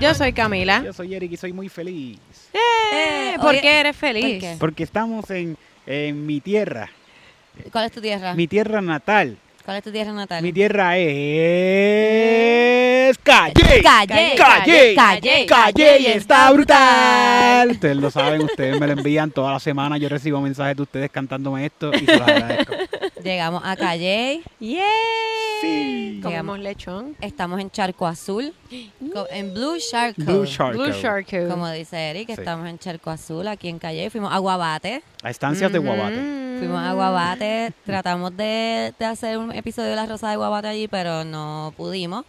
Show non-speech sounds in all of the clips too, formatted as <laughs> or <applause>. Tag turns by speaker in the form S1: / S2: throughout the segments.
S1: Yo soy Camila.
S2: Yo soy Eric y soy muy feliz.
S1: Eh, ¿Por
S3: oye,
S1: qué eres feliz?
S3: ¿por qué?
S2: Porque estamos en, en mi tierra,
S3: ¿Cuál es tu tierra?
S2: mi tierra natal.
S3: ¿Cuál es tu tierra natal?
S2: Mi tierra es Eh. calle.
S3: Calle,
S2: Calle,
S3: calle, calle,
S2: Calle y
S3: calle,
S2: está brutal. Ustedes lo saben, ustedes me lo envían toda la semana. Yo recibo mensajes de ustedes cantándome esto y se los agradezco. <laughs>
S3: Llegamos a Calle.
S1: Yeah.
S2: Sí.
S1: Comemos lechón.
S3: Estamos en Charco Azul. co- En Blue Shark.
S2: Blue Shark.
S1: Blue Shark.
S3: Como dice Eric,
S2: Sí.
S3: estamos en Charco Azul, aquí en Calle. Fuimos a Guabate.
S2: A estancias de Guabate.
S3: Fuimos a Guabate.
S2: Mm.
S3: Tratamos de, de hacer un episodio de La Rosa de Guabate allí, pero no
S2: <laughs>
S3: pudimos.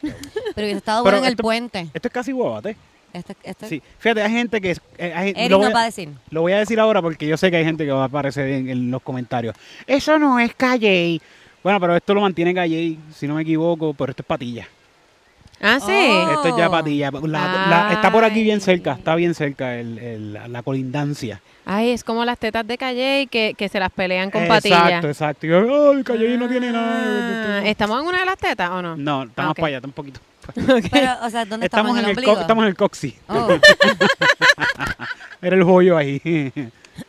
S3: Pero hubiese estado
S2: Pero
S3: bueno en el
S2: esto-
S3: puente.
S2: Esto es casi Guabate.
S3: Este, este-
S2: Sí. Fíjate, hay gente que... es- eh, hay-
S3: Eric
S2: lo
S3: nos
S2: voy a-
S3: va a
S2: <laughs>
S3: decir.
S2: Lo voy a decir ahora porque yo sé que hay gente que va a aparecer en, en los comentarios. Eso no es Calle. Bueno, pero esto lo mantiene Calle, si no me equivoco, pero esto es Patilla.
S1: Ah, sí.
S3: Oh.
S2: Esto es ya Patilla. La- la- está por aquí bien
S1: Ay.
S2: cerca, está bien cerca el- el- la, la colindancia.
S1: Ay, es como las tetas de Calle que, que se las pelean con
S2: Exacto,
S1: patilla.
S2: exacto. Y yo, Ay, Calle no tiene
S1: Ah,
S2: nada.
S1: ¿Estamos en una de las tetas o no?
S2: No, estamos
S1: Ah, ok.
S2: para allá, está un
S1: <laughs>
S2: poquito.
S3: Pero, o sea, ¿dónde estamos?
S2: en
S3: ¿En el
S2: el co-
S3: ombligo?
S2: estamos en el coxi.
S3: Oh.
S2: Era el joyo ahí. <laughs>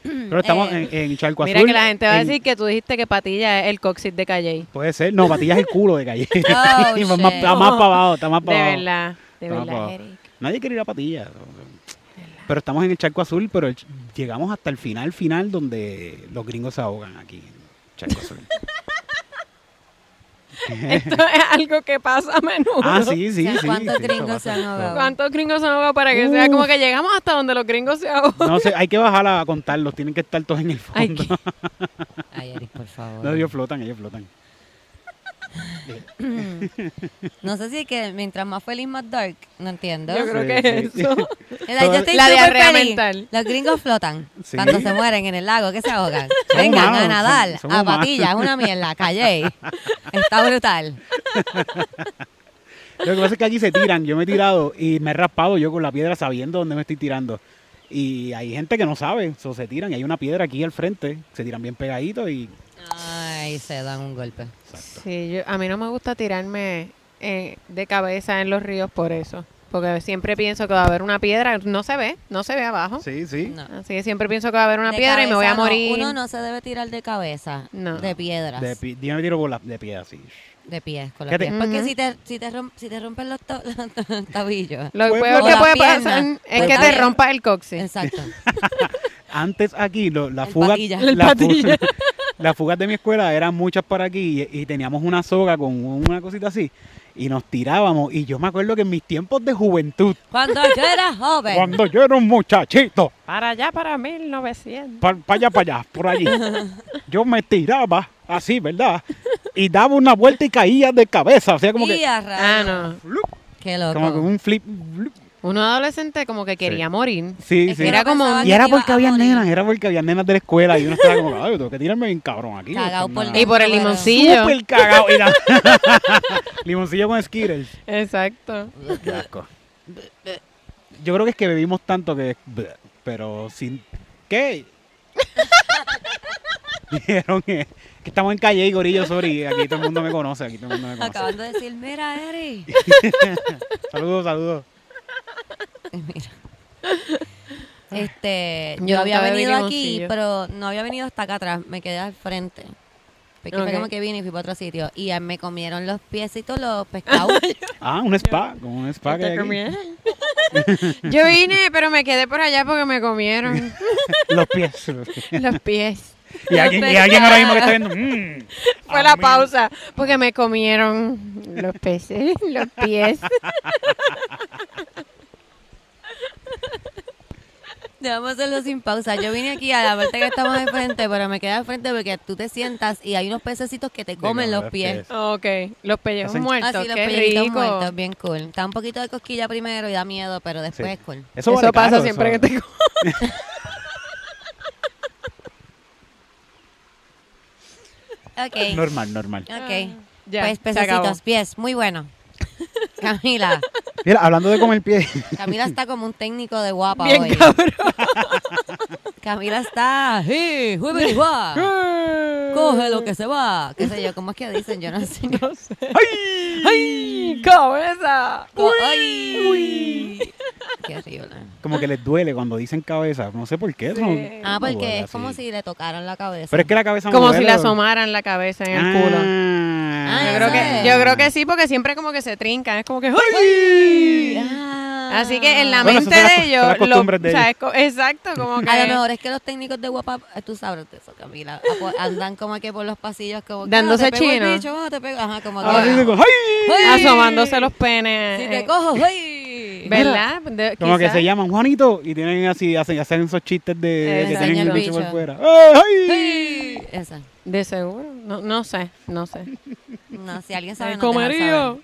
S2: Pero estamos
S3: Eh,
S2: en, en Charco
S1: Mira
S2: Azul,
S1: que la gente va a
S2: en-
S1: decir que tú dijiste que patilla es el coxis de Calle.
S2: Puede ser. No, Patilla es el culo
S1: <laughs>
S2: de Calle.
S3: Oh,
S2: Y va más-
S3: shit.
S2: <laughs> está más para abajo, está más
S1: De
S2: para abajo.
S1: verdad, de
S2: Está
S1: verdad,
S2: abajo.
S1: Eric.
S2: Nadie quiere ir a Patilla. Pero estamos en el Charco Azul, pero el ch- llegamos hasta el final, final, donde los gringos se ahogan aquí en Charco
S1: <laughs>
S2: Azul.
S1: Esto es algo que pasa a menudo.
S2: ah, sí, <laughs> sí,
S3: O sea,
S2: sí.
S3: ¿cuántos
S2: sí, eso
S3: gringos
S2: pasa,
S3: se han
S2: eso
S3: ahogado?
S1: ¿Cuántos gringos se ahogan para que sea
S2: Uf.
S1: como que llegamos hasta donde los gringos se ahogan?
S2: pasa. No sé, hay que bajar a contarlos, tienen que estar todos en el
S1: Ay,
S2: fondo.
S1: qué-
S3: Ay, Eric, por favor.
S2: <laughs> no, ellos flotan, ellos flotan.
S3: No sé si es que mientras más feliz, más dark. No entiendo.
S1: Yo
S3: Yo
S1: creo
S2: Sí,
S1: que es
S2: sí. <laughs>
S1: eso.
S3: yo estoy
S1: La
S3: súper
S1: diarrea
S3: feliz.
S1: mental.
S3: Los gringos flotan.
S2: Sí.
S3: Cuando se mueren en el lago, que se ahogan.
S2: Son
S3: Vengan
S2: humanos,
S3: a nadar.
S2: son- son
S3: a
S2: humanos.
S3: patillas, es una mierda. Calle. Está brutal.
S2: Lo que pasa es que allí se tiran, yo me he tirado y me he raspado yo con la piedra sabiendo dónde me estoy tirando. Y hay gente que no sabe, so, se tiran y hay una piedra aquí al frente, se tiran bien pegaditos y
S3: Ay, se dan un golpe.
S1: Sí, yo- a mí no me gusta tirarme eh, de cabeza en los ríos por eso. Porque siempre pienso que va a haber una piedra. No se ve, no se ve abajo.
S2: Sí, sí.
S3: No.
S1: Así que siempre pienso que va a haber una
S3: De
S1: piedra y me voy a
S3: cabeza no,
S1: morir.
S3: Uno no se debe tirar de cabeza.
S1: No.
S3: De piedras.
S2: De,
S3: De,
S2: pi- yo me tiro por la, de piedra, así.
S3: pies. Con los
S2: Fíjate.
S3: pies. Porque
S1: Ujú.
S3: si, te, si, te romp- si te rompen los, to- <laughs> los tabillos.
S1: Lo
S2: Puede-
S1: peor
S2: o
S1: que
S3: la
S1: puede
S3: pierna,
S1: pasar es
S3: o
S1: que
S3: la
S1: te
S3: pierna.
S1: rompa el coxis.
S3: Exacto.
S2: Antes aquí, lo- la
S3: El
S2: fuga.
S3: patilla.
S1: El
S2: La
S1: patilla.
S2: fuga, <laughs> las fugas de mi escuela eran muchas para aquí y, y teníamos una soga con una cosita así y nos tirábamos. Y yo me acuerdo que en mis tiempos de juventud,
S3: Cuando yo era joven.
S2: cuando yo era un muchachito,
S1: Para allá, para 1900.
S2: para allá, para allá, por allí, yo me tiraba así, ¿verdad? Y daba una vuelta y caía de cabeza. O sea, como
S3: Y
S2: que.
S3: a
S1: Ah,
S3: rayos.
S1: no.
S2: flup,
S3: Qué loco.
S2: Como que un flip. flup.
S1: Uno adolescente como que quería morir.
S2: Sí,
S3: Es
S2: sí.
S3: que
S1: Era como
S3: pensaba
S1: un-
S2: Y
S3: que
S2: era
S3: te iba
S2: porque
S3: a
S2: había
S3: morir.
S2: nenas, era porque había nenas de la escuela y uno estaba como, ay, yo tengo que tirarme bien cabrón aquí.
S3: Cagao por
S2: Nada.
S1: Y por el
S3: Claro.
S1: limoncillo.
S2: Súper cagao. y nada. <laughs> Limoncillo con Skittles.
S1: Exacto.
S2: Qué asco. Yo creo que es que bebimos tanto que... Pero sin... ¿Qué? Dijeron que, que estamos en calle y gorillo, sorry. Aquí todo el mundo me conoce, aquí todo el mundo me conoce.
S3: Acabando de decir, mira, <laughs> Eric.
S2: Saludos, saludos.
S3: Este, yo,
S1: Yo nunca
S3: había
S1: bebí
S3: venido aquí,
S1: limoncillo.
S3: pero no había venido hasta acá atrás, me quedé al frente. Porque
S1: Ok.
S3: fue como que vine y fui para otro sitio. Y ah, me comieron los piecitos los
S1: <laughs>
S3: pescados. <laughs>
S2: Ah, un spa, como un spa que hay
S1: Te
S2: aquí.
S1: comieron. <laughs> Yo vine, pero me quedé por allá porque me
S2: <laughs>
S1: comieron
S2: <laughs> Los pies. los pies.
S1: los pies.
S2: Y alguien, y alguien ahora mismo que está viendo... mm,
S1: Fue
S2: a
S1: la
S2: mí-
S1: pausa, Ah, porque me comieron los peces, <laughs> los pies.
S3: Debemos hacerlo sin pausa. Yo vine aquí a la parte que estamos al frente, pero me quedé al frente porque tú te sientas y hay unos pececitos que te comen los pies.
S1: Ok, Ah, los pellejos
S2: Hacen-
S1: muertos,
S3: Así los
S1: qué
S3: pellejitos
S1: rico.
S3: muertos, bien cool. Está un poquito de cosquilla primero y da miedo, pero
S2: Sí.
S3: después es cool.
S2: Eso,
S1: Eso,
S2: vale
S1: pasa
S2: caro,
S1: siempre
S2: eso-
S1: que
S2: <laughs>
S1: te co-
S3: Ok.
S2: Normal, normal.
S3: Ok.
S1: Ah, Ya,
S3: pues
S1: se acabó.
S3: pececitos, pies, muy
S1: <laughs>
S3: bueno. Camila.
S2: Mira, hablando de comer pie,
S3: Camila está como un técnico de guapa
S1: Bien
S3: hoy.
S1: cabrón.
S3: Camila está. ¡Hey! ¡Jueves guapa! coge lo que se va. Qué sé yo, ¿cómo es que dicen? Yo no sé.
S1: <laughs> No sé. ¡Ay! ¡Cabeza!
S3: Co- ¡Ay! Qué horrible.
S2: <laughs> Como que les duele cuando dicen cabeza. No sé por qué. son-
S1: Sí.
S3: Ah,
S2: no duele
S3: porque es
S2: así.
S3: como si le tocaran la cabeza.
S2: Pero es que la cabeza no
S1: Como
S2: duele,
S1: si le
S2: ¿o?
S1: asomaran la cabeza en el culo.
S2: Ah.
S3: Ah,
S1: Yo creo, que, yo creo que sí, porque siempre como que se trincan, es como que ¡ay!
S3: Ah.
S1: Así que en la
S2: Bueno,
S1: mente
S2: esas son
S1: de
S2: las co- son
S1: ellos,
S2: las
S1: lo-
S2: costumbres de
S1: o sea, es co- exacto, como que
S3: A lo mejor es que los técnicos de guapa, eh, tú sabes de eso, Camila, apo- andan como que por los pasillos como que,
S1: Dándose
S3: ah, te pego el
S1: chino.
S3: bicho, ah, te pego- ajá, como que,
S2: Ahora sí
S3: ah,
S2: digo,
S1: Pues,
S2: ¡ay!
S3: ¡Ay!
S1: asomándose los penes.
S3: si
S1: eh,
S3: te cojo, ¡ay!
S1: ¿Verdad? De-
S2: Como que
S1: quizás.
S2: se llaman Juanito y tienen así, hacen, hacen esos chistes de
S1: Eh,
S2: que
S1: enseña
S2: tienen
S1: el
S2: el bicho por
S3: bicho.
S2: fuera.
S3: <laughs>
S2: ¡Ay!
S3: ¡Ay! Esa.
S1: De seguro, no, no sé, no sé.
S3: No, si alguien sabe,
S1: El
S3: no
S1: comerío.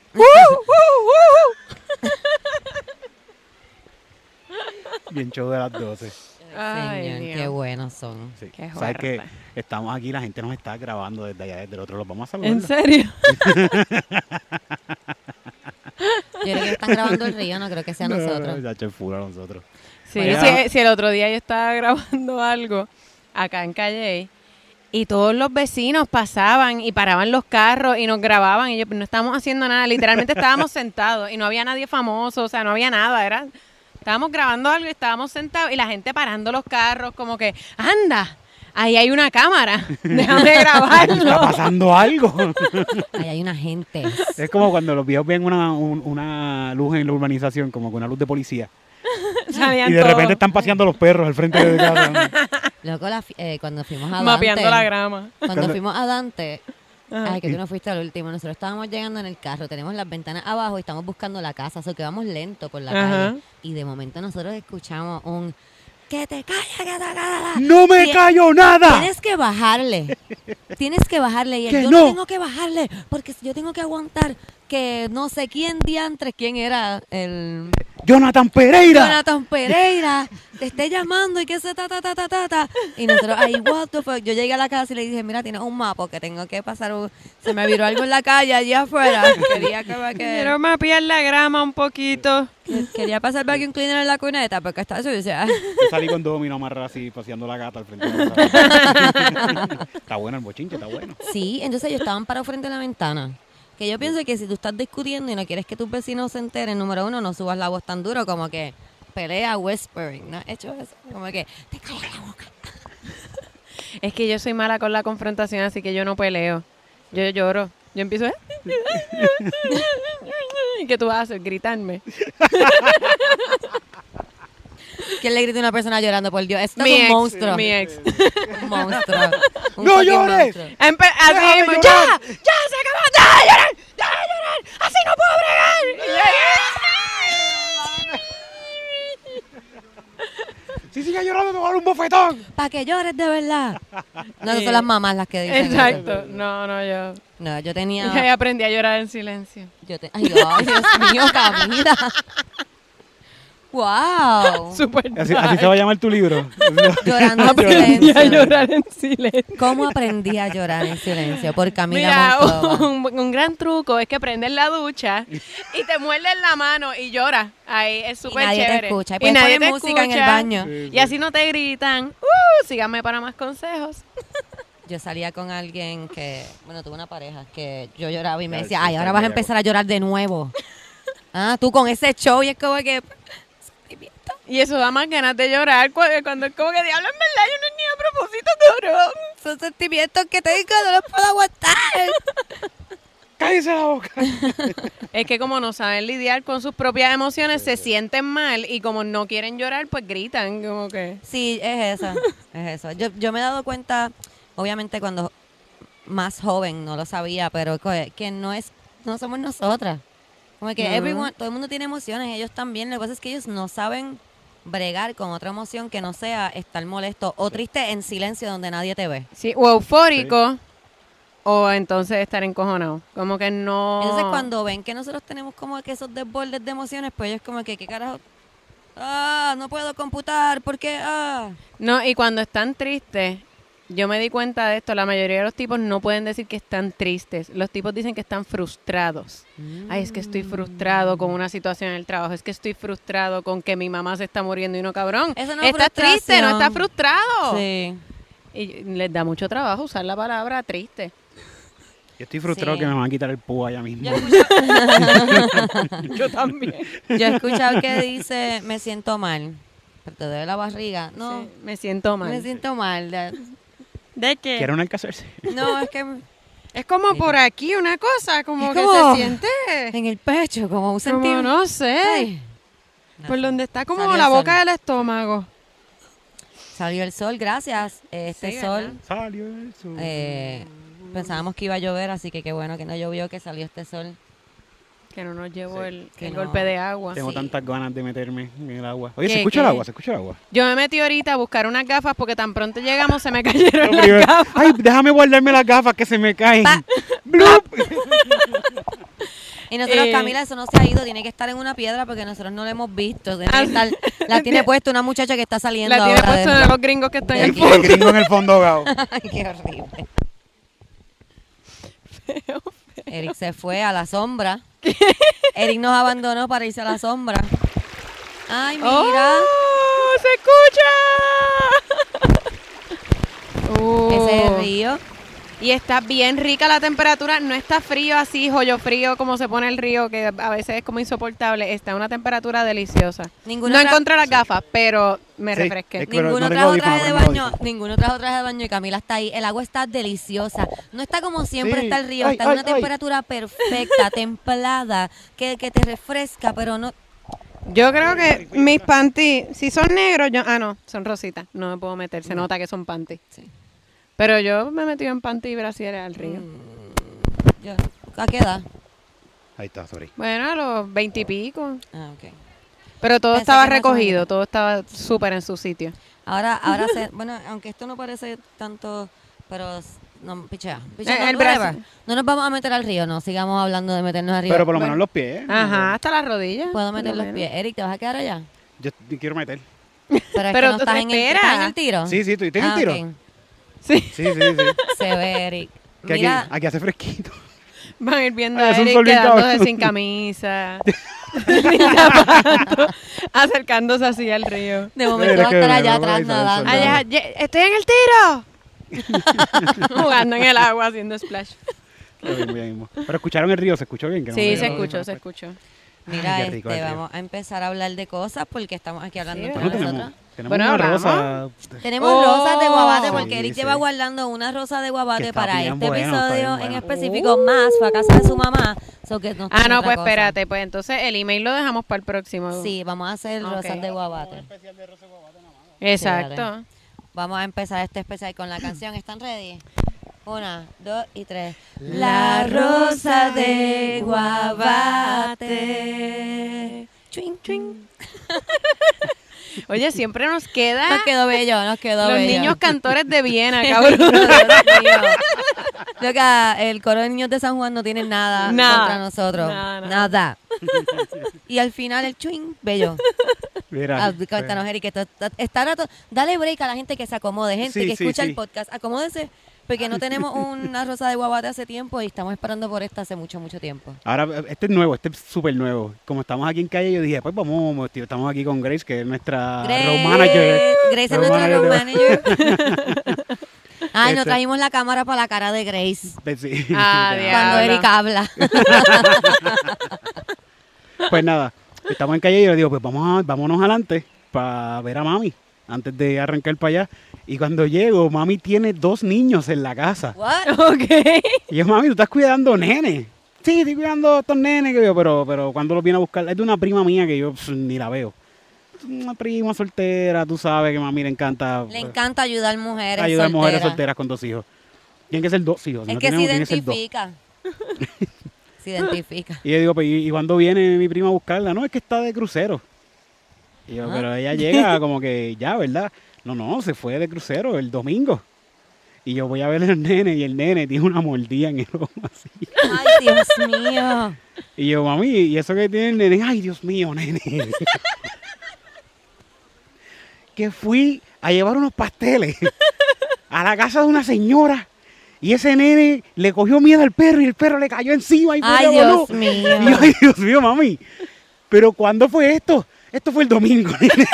S2: Bien show de las 12.
S1: Ay,
S3: Señor,
S1: Dios.
S3: qué buenos son.
S2: Sí.
S1: Qué
S2: ¿Sabes que
S1: fuerte.
S2: Estamos aquí, la gente nos está grabando desde allá, desde el otro. Los vamos a saludar.
S1: ¿En serio?
S3: Yo creo que están grabando el río, no creo que sea
S2: <laughs> No, no,
S3: nosotros.
S2: ya eché full a nosotros.
S1: Sí,
S2: Vaya.
S1: si, si el otro día yo estaba <laughs> grabando algo acá en Calle E y todos los vecinos pasaban y paraban los carros y nos grababan y yo, no estábamos haciendo nada, literalmente
S2: <laughs>
S1: estábamos sentados y no había nadie famoso, o sea, no había nada, era, estábamos grabando algo y estábamos sentados y la gente parando los carros como que, anda, ahí hay una
S2: <laughs>
S1: cámara, déjame
S2: Está
S1: grabarlo.
S2: pasando algo.
S3: Ahí hay una gente.
S2: es como cuando los viejos ven una, un- una luz en la urbanización, como que una luz de policía.
S1: <laughs> Salían
S2: y de
S1: todos
S2: repente están paseando los perros al frente de casa.
S3: Luego la fi- eh, cuando fuimos a Dante.
S1: mapeando la grama.
S3: Cuando
S2: Cuando-
S3: fuimos a Dante,
S1: Ajá.
S3: ay, que tú no fuiste al último. Nosotros estábamos llegando en el carro, tenemos las ventanas abajo y estamos buscando la casa, así que vamos lento por la
S1: Ajá.
S3: calle. Y de momento nosotros escuchamos un que te calles, que te calles.
S2: <laughs> ¡No me
S3: Tie-
S2: callo nada!
S3: Tienes que bajarle.
S2: <laughs>
S3: Tienes que bajarle. Y él,
S2: Que
S3: yo
S2: no.
S3: tengo que bajarle porque yo tengo que aguantar que no sé quién diantres, quién era el
S2: ¡Jonathan Pereira!
S3: Jonathan Pereira te esté llamando y que se ta ta ta ta ta ta. Y nosotros, ay, what the fuck. Yo llegué a la casa y le dije, mira, tienes un mapa que tengo que pasar. un- Se me viró algo en la calle allí
S2: <laughs>
S3: afuera. Quería que me
S1: Quiero
S3: que
S1: mapear la grama un poquito.
S3: Quería pasar vacuum cleaner en la cuneta porque está sucia.
S2: Yo salí con Domino amarrado así, paseando la gata al frente de la casa. <laughs> Está bueno el bochinche, está <laughs> bueno.
S3: Sí, entonces ellos estaban parados frente a la ventana. Que yo pienso que si tú estás discutiendo y no quieres que tus vecinos se enteren, número uno, no subas la voz tan duro como que pelea whispering. ¿No has hecho eso? Como que te callas la boca.
S1: Es que yo soy mala con la confrontación, así que yo no peleo. Yo lloro. Yo empiezo. "Eh". ¿Y qué tú vas a hacer? Gritarme.
S3: ¿Quién le grita a una persona llorando? Por Dios, esto
S1: mi
S3: es
S1: ex.
S3: un monstruo.
S1: Mi ex.
S3: Un monstruo.
S1: <laughs>
S3: Un
S2: ¡No
S3: fucking
S2: llores!
S3: monstruo.
S1: Empe-
S2: Déjame
S1: así mismo, ¡Ya!
S2: llorar.
S1: ¡Ya! ¡Se acabó! ¡Deja de llorar! ¡Deja de llorar! ¡Así no puedo bregar! Y yo,
S2: Si sigue llorando, te voy a dar un bofetón.
S3: Para que llores de verdad. No, no
S1: Sí.
S3: son las mamás las que dicen. eso.
S1: Exacto. No, no, yo.
S3: No, yo
S1: Yo ya
S3: tenía.
S1: aprendí a llorar en silencio.
S3: Yo te- ay, Dios, Dios mío, Camila.
S1: <laughs>
S3: ¡Wow!
S1: Súper.
S2: Así, así se va a llamar tu libro.
S3: Llorando en
S1: Ah, Aprendí a
S3: silencio.
S1: llorar en silencio.
S3: ¿Cómo aprendí a llorar en silencio? Por Camila
S1: Mira,
S3: Monclova.
S1: <laughs> un, un gran truco es que prendes la ducha y te muerdes la mano y lloras. Ahí es
S3: Y
S1: súper
S3: nadie te
S1: chévere.
S3: escucha. Y, nadie poner música en el
S1: escucha.
S3: baño.
S2: Sí, sí.
S1: Y así no te gritan. Uh, síganme para más consejos.
S3: Yo salía con alguien que, bueno, tuve una pareja que yo lloraba y me
S2: Ya,
S3: decía,
S2: eso
S3: ay,
S2: está
S3: ahora vas a
S2: bellaco".
S3: empezar a llorar de nuevo. Ah, tú con ese show y es como que...
S1: Y eso da más ganas de llorar cu- cuando, es como que diablo, en verdad, yo no es ni a propósito duro.
S3: Son sentimientos que tengo, no los puedo aguantar.
S2: <laughs> ¡Cállese la boca!
S1: Es que como no saben lidiar con sus propias emociones, se sienten mal y como no quieren llorar, pues gritan como que...
S3: Sí, es eso, es eso. Yo, yo me he dado cuenta, obviamente cuando más joven no lo sabía, pero que, que no es, no somos nosotras. Como que
S1: No.
S3: everyone- todo el mundo tiene emociones, ellos también. Lo que pasa es que ellos no saben bregar con otra emoción que no sea estar molesto o triste en silencio donde nadie te ve.
S1: Sí, o eufórico o entonces estar encojonado. Como que no...
S3: Entonces cuando ven que nosotros tenemos como que esos desbordes de emociones, pues ellos como que, ¿qué carajo? Ah, no puedo computar, ¿por qué? Ah.
S1: No, y cuando están tristes, yo me di cuenta de esto, la mayoría de los tipos no pueden decir que están tristes. Los tipos dicen que están frustrados. Ay, es que estoy frustrado con una situación en el trabajo, es que estoy frustrado con que mi mamá se está muriendo y no cabrón.
S3: Eso no es
S1: Estás triste, no
S3: frustración.
S1: estás frustrado.
S3: Sí.
S1: Y les da mucho trabajo usar la palabra triste.
S2: Yo estoy frustrado
S3: Sí.
S2: que me van a quitar el púa allá mismo.
S3: Yo he, escuchado,
S1: Yo también.
S3: yo he escuchado que dice, me siento mal. Pero te duele la barriga. No,
S1: Sí, me siento mal.
S3: me siento mal. de-
S1: ¿De qué?
S2: Quiero un alcacerse.
S3: No, es que
S1: Es como por aquí una cosa, como
S3: Es
S1: que
S3: como-
S1: se siente.
S3: en el pecho, como un
S1: <laughs> Como
S3: sentido.
S1: no sé.
S3: Ay.
S1: Por donde está como
S3: Salió
S1: la
S3: el sol.
S1: boca del estómago.
S3: Salió el sol, gracias. Este
S1: Sí, ¿verdad?
S3: sol,
S2: Salió el sol.
S3: eh, pensábamos que iba a llover, así que qué bueno que no llovió, que salió este sol.
S1: Que no nos llevó el,
S3: que
S1: el
S3: no.
S1: golpe de agua.
S2: Tengo
S3: sí.
S2: tantas ganas de meterme en el agua. Oye,
S1: ¿Qué,
S2: ¿se escucha
S1: qué?
S2: el agua? ¿Se escucha el agua?
S1: Yo me metí ahorita a buscar unas gafas porque tan pronto llegamos se me <laughs> cayeron
S2: Lo
S1: las
S2: primero-
S1: gafas.
S2: Ay, déjame guardarme las gafas que se me caen.
S1: Ah,
S2: Blup.
S3: Y nosotros,
S1: Eh.
S3: Camila, eso no se ha ido, tiene que estar en una piedra porque nosotros no lo hemos visto. tiene que
S1: <laughs>
S3: estar- la tiene puesta una muchacha que está saliendo
S1: Ah. La tiene
S3: ahora.
S1: puesto
S3: de-
S1: uno de los gringos que están
S3: de
S1: en el
S3: aquí.
S1: fondo.
S2: El gringo en el
S1: <laughs>
S2: fondo ahogado.
S3: Ay, <laughs> qué horrible. Eric se fue a la sombra. Eric nos abandonó para irse a la sombra. Ay, mira.
S1: ¡Oh! ¡Se escucha! Oh.
S3: <laughs> Ese río.
S1: Y está bien rica la temperatura, no está frío así, joyo frío como se pone el río, que a veces es como insoportable. Está una temperatura deliciosa.
S3: Ninguna
S1: no
S3: otra-
S1: encontré las gafas, pero me
S2: Sí,
S1: refresqué.
S2: es que- Pero
S3: ninguno
S2: no tengo
S3: trajo
S2: audífono,
S3: traje de
S2: no tengo
S3: baño.
S2: audífono.
S3: Ninguno trajo traje de baño y Camila está ahí. El agua está deliciosa. No está como siempre
S2: Sí.
S3: está el río.
S2: Ay,
S3: está en
S2: ay,
S3: una
S2: ay.
S3: temperatura
S2: <laughs>
S3: perfecta, templada, que, que te refresca, pero no.
S1: Yo creo que mis panties, si son negros, yo. Ah, no, son rositas. No me puedo meter, se nota que son panties.
S3: Sí.
S1: Pero yo me metí en panty y brasieres al río.
S3: Mm, Yo, ¿A qué edad?
S2: Ahí está, sorry.
S1: Bueno, a los veintipico.
S3: Ah, ok.
S1: Pero todo
S3: Pensé
S1: estaba
S3: que no
S1: recogido,
S3: sabía.
S1: todo estaba súper en su sitio.
S3: Ahora, ahora se, <laughs> bueno, aunque esto no parece tanto, pero s- no, pichea, pichea,
S1: Eh,
S3: no,
S1: el brazo.
S3: whatever. No nos vamos a meter al río, no sigamos hablando de meternos al río.
S2: Pero por lo menos los pies.
S1: Ajá, hasta las rodillas.
S3: Mm. Puedo meter
S1: por lo
S3: los
S1: menos.
S3: pies. Eric, ¿te vas a quedar allá?
S2: Yo te quiero meter.
S3: Pero es
S1: Pero
S3: que no
S1: tú-
S3: estás en, el,
S1: espera.
S3: ¿estás en el tiro.
S2: Sí, sí, tú tienes el
S3: Ah,
S2: tiro.
S3: ok.
S1: <laughs> Sí,
S2: Sí, sí, sí.
S3: Se ve, Eric.
S2: <laughs> Que aquí,
S3: Mira,
S2: aquí hace fresquito. <laughs>
S1: van a ir viendo
S2: Ah,
S1: a
S2: es un
S1: Eric
S2: solito.
S1: quedándose sin
S3: <laughs>
S1: camisa, <laughs> sin zapatos, acercándose así al río.
S3: de momento
S2: Mira
S3: va a
S2: que
S3: estar
S2: me
S3: allá
S2: va a
S3: atrás
S2: avisar el
S3: nadando.
S2: soldado.
S1: Allá, ye- ¡Estoy en el
S3: <laughs>
S1: tiro! <laughs> Jugando en el agua, haciendo splash.
S2: Lo mismo, ya mismo. Pero escucharon el río, se escuchó bien. Que no
S1: Sí,
S2: me-
S1: se
S2: no-
S1: escuchó, se escuchó.
S3: Mira,
S2: Ay, qué rico
S3: este,
S2: el río.
S3: vamos a empezar a hablar de cosas porque estamos aquí hablando
S1: Sí,
S3: entre
S2: Bueno,
S1: ¿verdad?
S3: nosotras.
S2: Pues tenemos, tenemos
S1: Bueno, hablamos.
S2: una rosa.
S3: Tenemos
S1: Oh.
S3: rosas de guabate
S2: Sí,
S3: porque Eric
S2: sí.
S3: lleva guardando una rosa de guabate
S2: Que está
S3: para
S2: bien
S3: este
S2: bueno, está bien
S3: episodio en
S2: bueno.
S3: específico. Más fue a casa de su mamá. so que nos
S1: Ah,
S3: tiene
S1: no,
S3: otra
S1: pues
S3: cosa.
S1: espérate, pues entonces el email lo dejamos para el próximo.
S3: Sí, vamos a hacer
S1: Ok.
S3: rosas de guabate.
S1: Exacto.
S3: Vamos a empezar este especial con la canción. ¿Están ready? Una, dos y tres. La rosa de guabate. Chuin, chuin.
S1: Oye, siempre nos queda
S3: Nos quedó bello, nos quedó
S1: los
S3: bello.
S1: niños cantores de <laughs> Viena,
S2: <laughs>
S1: cabrón.
S3: Dios mío. Loca, ah, el coro de niños de San Juan no tiene nada
S1: Nada.
S3: contra nosotros.
S1: Nada,
S3: Nada. y al final el chuin, bello.
S2: Mira. eh,
S3: Ah, cuéntanos, Eric, que to- to- está rato- Dale break a la gente que se acomode, gente
S2: Sí,
S3: que
S2: sí,
S3: escucha el
S2: sí.
S3: podcast. Acomódense, porque no tenemos una rosa de guabate hace tiempo y estamos esperando por esta hace mucho, mucho tiempo.
S2: Ahora, este es nuevo, este es súper nuevo. Como estamos aquí en calle, yo dije, pues vamos, tío, estamos aquí con Grace, que es nuestra road Ah, manager.
S3: Grace es
S2: Road
S3: nuestra road
S2: manager
S3: manager.
S2: <laughs>
S3: Ay, no
S2: Este-
S3: trajimos la cámara para la cara de Grace.
S2: de- <laughs> de- <laughs> sí.
S1: Ah,
S2: Ya.
S1: diablo.
S3: Cuando
S1: Habla.
S3: Eric habla. <laughs>
S2: Pues nada, estamos en calle y yo le digo, pues vamos a- vámonos adelante para ver a mami antes de arrancar para allá. Y cuando llego, mami tiene dos niños en la casa.
S3: What?
S1: ok.
S2: Y yo, mami, tú estás cuidando nene. Sí, estoy cuidando a estos nenes, que yo, pero, pero cuando los viene a buscar, es de una prima mía que yo pf, ni la veo. Una prima soltera, tú sabes que a mami le encanta
S3: Le
S2: eh,
S3: encanta ayudar mujeres
S2: ayudar a mujeres
S3: solteras.
S2: solteras con dos hijos. Tienen que ser dos hijos. si
S3: Es
S2: no
S3: que se
S2: tenemos, tienen ser dos. <laughs>
S3: identifica. se identifica.
S2: Y yo digo, pues, ¿y, y cuándo viene mi prima a buscarla? No, es que está de crucero. Y yo,
S3: Ah.
S2: pero ella llega como que ya, ¿verdad? No, no, se fue de crucero el domingo. Y yo voy a ver al nene y el nene tiene una mordida en el ojo así.
S3: Ay, Dios mío.
S2: Y yo, mami, ¿y eso que tiene el nene? Ay, Dios mío, nene. <laughs> que fui a llevar unos pasteles <laughs> a la casa de una señora. Y ese nene le cogió miedo al perro y el perro le cayó encima y fue
S3: Ay,
S2: que voló.
S3: Dios mío.
S2: <laughs> Y yo, ay, Dios mío, mami. ¿Pero <laughs> cuándo fue esto? Esto fue el domingo. nene.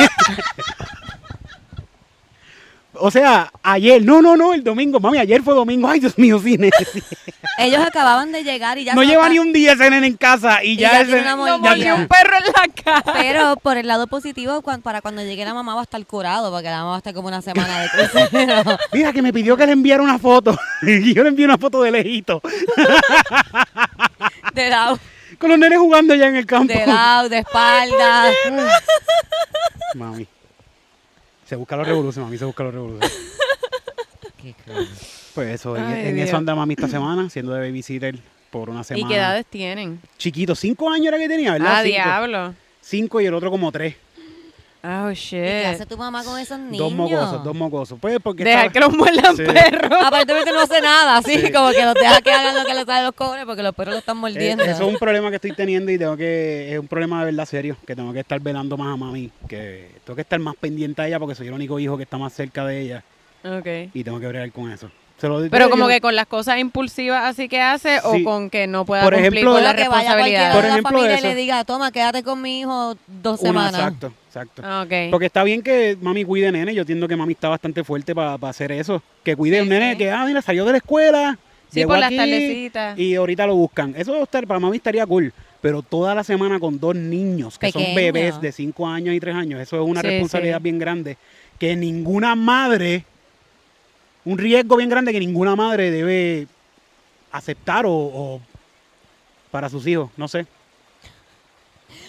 S2: O sea, ayer, no, no, no, el domingo, mami, ayer fue domingo, ay Dios mío, cine.
S3: Ellos acababan de llegar y ya
S2: no
S3: se
S2: lleva
S3: nota-
S2: ni un día ese nene en casa y,
S3: Y
S2: ya,
S3: ya
S2: ese-
S3: tiene una
S1: No
S3: Ya,
S1: mordió
S3: ya.
S1: un perro en la cara.
S3: Pero por el lado positivo, cuan- para cuando llegue la mamá va a estar curado, porque la mamá va a estar como una semana de crucero.
S2: Mira, que me pidió que le enviara una foto. <laughs> y yo le envié una foto de lejito.
S3: de lado,
S2: Con los nenes jugando allá en el campo.
S3: de lado, de espalda.
S2: <laughs> Mami. Se busca los revoluciones, mami, se busca los revoluciones.
S3: Qué cruel.
S2: Pues eso, en-
S1: Ay,
S2: en,
S1: Dios.
S2: eso anda mami esta semana, siendo de babysitter por una semana.
S1: ¿Y qué edades tienen?
S2: Chiquito, cinco años era que tenía, ¿verdad?
S1: Ah,
S2: Cinco.
S1: diablo.
S2: Cinco y el otro como tres.
S1: Oh,
S3: ¿Y qué hace
S1: shit.
S3: tu mamá con esos niños?
S2: Dos mocosos, dos mocosos. Pues porque
S1: Deja
S2: estaba-
S1: que los muerdan
S2: Sí.
S1: perros.
S3: Aparentemente no hace nada, así
S2: Sí.
S3: como que los deja que hagan lo que les sale los cobres porque los perros lo están
S2: Eh,
S3: mordiendo.
S2: eso es un problema que estoy teniendo y tengo que, es un problema de verdad serio, que tengo que estar velando más a mami, que tengo que estar más pendiente a ella porque soy el único hijo que está más cerca de ella
S1: <laughs> Ok.
S2: y tengo que bregar con eso. Se lo-
S1: Pero
S2: yo-
S1: como
S2: yo-
S1: que con las cosas impulsivas así que hace o
S2: Sí.
S1: con que no pueda
S2: Por
S1: cumplir
S2: ejemplo,
S1: con
S3: Con
S1: la
S3: lo que vaya cualquiera
S1: responsabilidad.
S3: de
S2: Por
S3: la
S2: ejemplo,
S3: familia y
S2: eso.
S3: le diga, toma, quédate con mi hijo dos
S2: Una,
S3: semanas.
S2: exacto, exacto.
S1: Ok.
S2: Porque está bien que mami cuide nene, yo entiendo que mami está bastante fuerte para hacer eso, que cuide
S3: Sí,
S2: un nene
S3: sí.
S2: que, ah, mira, salió de la escuela,
S1: Sí,
S2: llegó
S1: por las
S2: aquí,
S1: tardecitas.
S2: y ahorita lo buscan. Eso estar, para mami estaría cool, pero toda la semana con dos niños que son
S3: Pequeño.
S2: bebés de 5 años y 3 años, eso es una
S1: Sí,
S2: responsabilidad
S1: sí.
S2: bien grande que ninguna madre, un riesgo bien grande que ninguna madre debe aceptar o, o para sus hijos, no sé.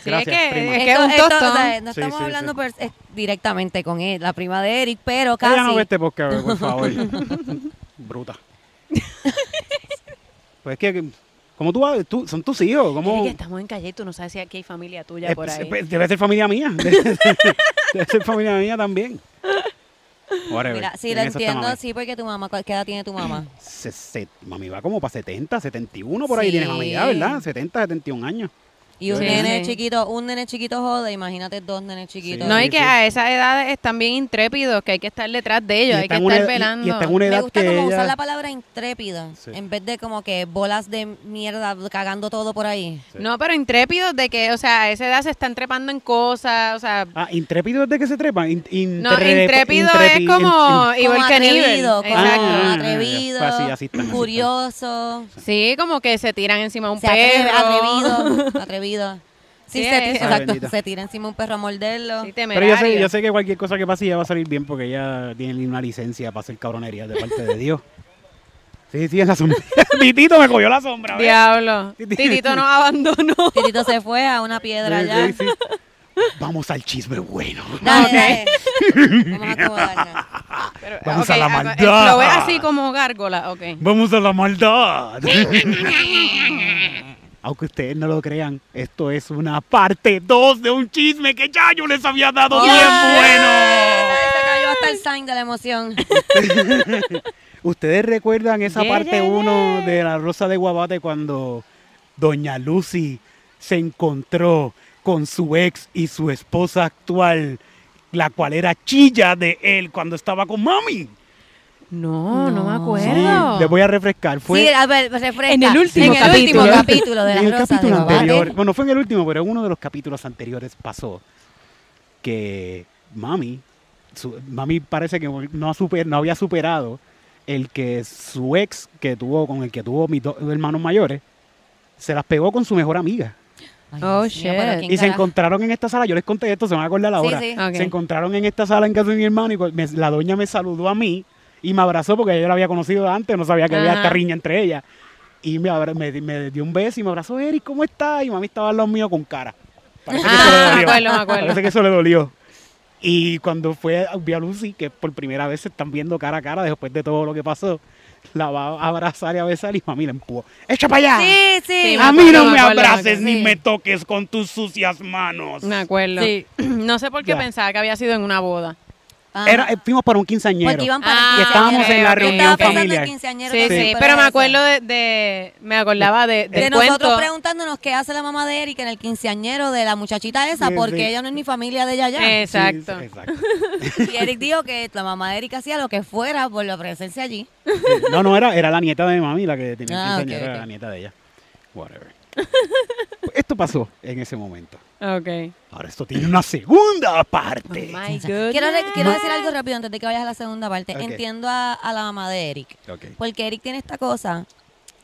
S1: Sí, es que-
S2: prima.
S1: es que un
S3: esto, o
S1: tostón.
S3: sea, no
S2: Sí,
S3: estamos
S2: sí,
S3: hablando
S2: sí.
S3: per- eh, directamente con él, la prima de Eric, pero
S2: Ella
S3: casi.
S2: no ve este podcast, por favor. <laughs> Bruta. pues es que, como tú, vas- tú- son tus hijos,
S1: Eric,
S2: como pues,
S1: estamos en calle y tú no sabes si aquí hay familia tuya por ahí.
S2: debe ser familia mía. <laughs> debe ser familia mía también. Whatever.
S3: Mira, sí,
S2: En
S3: lo
S2: eso está
S3: entiendo,
S2: mami.
S3: sí, porque tu mamá, ¿cuál- ¿qué edad tiene tu mamá?
S2: Se- se- mami va como para 70, 71, por ahí
S3: Sí.
S2: tiene mami ya, ¿verdad? 70, 71 años.
S3: Y un
S1: Sí.
S3: nene
S1: Sí.
S3: chiquito, un nene chiquito jode, imagínate dos nenes chiquitos.
S1: No,
S2: Sí,
S1: y que
S2: sí.
S1: a esas edades están bien intrépidos, que hay que estar detrás de ellos, hay que
S2: está en una
S1: estar
S2: ed- y-
S1: velando.
S2: Y, está en una edad
S3: Me gusta
S2: que
S3: como
S2: ella-
S3: usar la palabra intrépida,
S2: Sí.
S3: en vez de como que bolas de mierda cagando todo por ahí.
S2: Sí.
S1: No, pero intrépidos de que, o sea, a esa edad se están trepando en cosas, o sea...
S2: Ah, intrépido es de que se trepa. In-
S1: No,
S2: intrepe-
S1: intrépido
S2: intrepi-
S1: es como
S3: Como
S1: igual que nivel.
S3: atrevido, como
S2: Ah,
S1: Exacto.
S3: atrevido,
S2: Así, así están, así
S3: curioso,
S1: Sí, como que se tiran encima de un
S3: se atreve,
S1: perro.
S3: atrevido, atrevido. Sí,
S1: Sí,
S3: se,
S1: eso.
S3: tira,
S2: Ay,
S3: exacto,
S2: bendito.
S3: se tira encima un perro a morderlo.
S1: <laughs> Sí,
S2: Pero yo sé,
S1: temerario.
S2: yo sé que cualquier cosa que pase ya va a salir bien porque ella tiene una licencia para hacer cabronería de parte de Dios. Sí, sí, en la sombra. <laughs> Titito me cogió la sombra. ¿ves?
S1: Diablo.
S2: <laughs> Titi-
S1: Titito nos abandonó.
S3: Titito se fue a una piedra
S2: Sí,
S3: allá.
S2: sí, sí. Vamos al chisme bueno.
S3: Dale, dale. Vamos a acomodarnos.
S1: <laughs> Pero,
S2: Vamos a
S1: ok,
S2: la
S1: ah,
S2: maldad.
S1: Lo ves así como gárgola, ok.
S2: <laughs> Vamos a la maldad. <laughs> Aunque ustedes no lo crean, esto es una parte 2 de un chisme que ya yo les había dado
S3: Ay.
S2: bien bueno.
S3: Ahí se cayó hasta el sign de la emoción.
S2: ¿Ustedes recuerdan esa
S1: Yeah,
S2: parte
S1: yeah,
S2: 1
S1: yeah.
S2: de La Rosa de Guabate cuando Doña Lucy se encontró con su ex y su esposa actual, la cual era chilla de él cuando estaba con mami?
S1: No, no, me
S3: No.
S2: Sí,
S1: acuerdo.
S2: les voy a refrescar. Fue
S3: Sí, a ver, refresca.
S1: En el último
S3: En el último
S1: capítulo.
S3: capítulo de
S2: en
S3: la
S2: el
S3: rosa de
S2: capítulo
S3: Guabate.
S2: anterior, bueno, fue en el último, pero en uno de los capítulos anteriores pasó que mami, su- mami parece que no, ha super- no había superado el que su ex que tuvo con el que tuvo mis dos hermanos mayores se las pegó con su mejor amiga
S3: Ay,
S1: Oh,
S3: Dios mío, pero
S1: shit.
S3: ¿quién
S2: y se
S3: carajo?
S2: encontraron en esta sala. Yo les conté esto, se van a acordar
S3: Sí,
S2: ahora.
S3: sí.
S1: Ok.
S2: Se encontraron en esta sala en casa de mi hermano y cu- me- la doña me saludó a mí y me abrazó porque yo la había conocido antes, no sabía que había
S1: Ajá.
S2: esta riña entre ellas. Y me, abra- me, me dio un beso y me abrazó, Eric, ¿cómo estás? Y mami estaba al lado mío con cara. Parece que eso le
S1: Ah, me
S2: dolió.
S1: acuerdo, me acuerdo.
S2: Parece que eso le dolió. Y cuando fue a- vi a Lucy, que por primera vez se están viendo cara a cara después de todo lo que pasó, la va a abrazar y a besar y mami la empujó. ¡Echa para allá!
S3: Sí,
S1: Sí,
S3: sí.
S2: A mí no
S1: Me
S2: me
S1: acuerdo, me
S2: abraces
S1: acuerdo.
S2: ni
S3: Sí.
S2: me toques con tus sucias manos.
S1: Me acuerdo.
S3: Sí.
S1: <clears throat> No sé por qué
S2: Ya.
S1: pensaba que había sido en una boda.
S3: Ajá.
S2: Era, eh, fuimos para un quinceañero.
S3: Ah, Porque iban para el
S1: Ah,
S3: quinceañero.
S2: estábamos en la
S3: Yo
S2: reunión
S3: estaba pensando
S2: familiar.
S3: en quinceañero
S1: Sí, sí,
S2: sí,
S1: pero me acuerdo de, de- me acordaba de,
S3: De,
S1: del
S3: nosotros
S1: cuento.
S3: preguntándonos qué hace la mamá de Eric en el quinceañero de la muchachita esa,
S2: Sí,
S3: porque
S2: sí.
S3: ella no es ni familia de ella ya.
S1: Eh. Exacto.
S2: Sí, exacto.
S3: Y Eric dijo que la mamá de Eric hacía lo que fuera por la presencia allí.
S2: Sí. No, no, era, era la nieta de mi mami la que tenía el
S3: Ah, ok,
S2: quinceañero, era
S3: ok.
S1: <laughs>
S2: la nieta de ella. Whatever. Esto pasó en ese momento.
S1: Ok.
S2: Ahora esto tiene una segunda parte.
S1: Oh, my
S3: Quiero, re-
S1: goodness.
S3: quiero decir algo rápido antes de que vayas a la segunda parte.
S2: Ok.
S3: Entiendo a, a la mamá de Eric.
S2: Ok.
S3: Porque Eric tiene esta cosa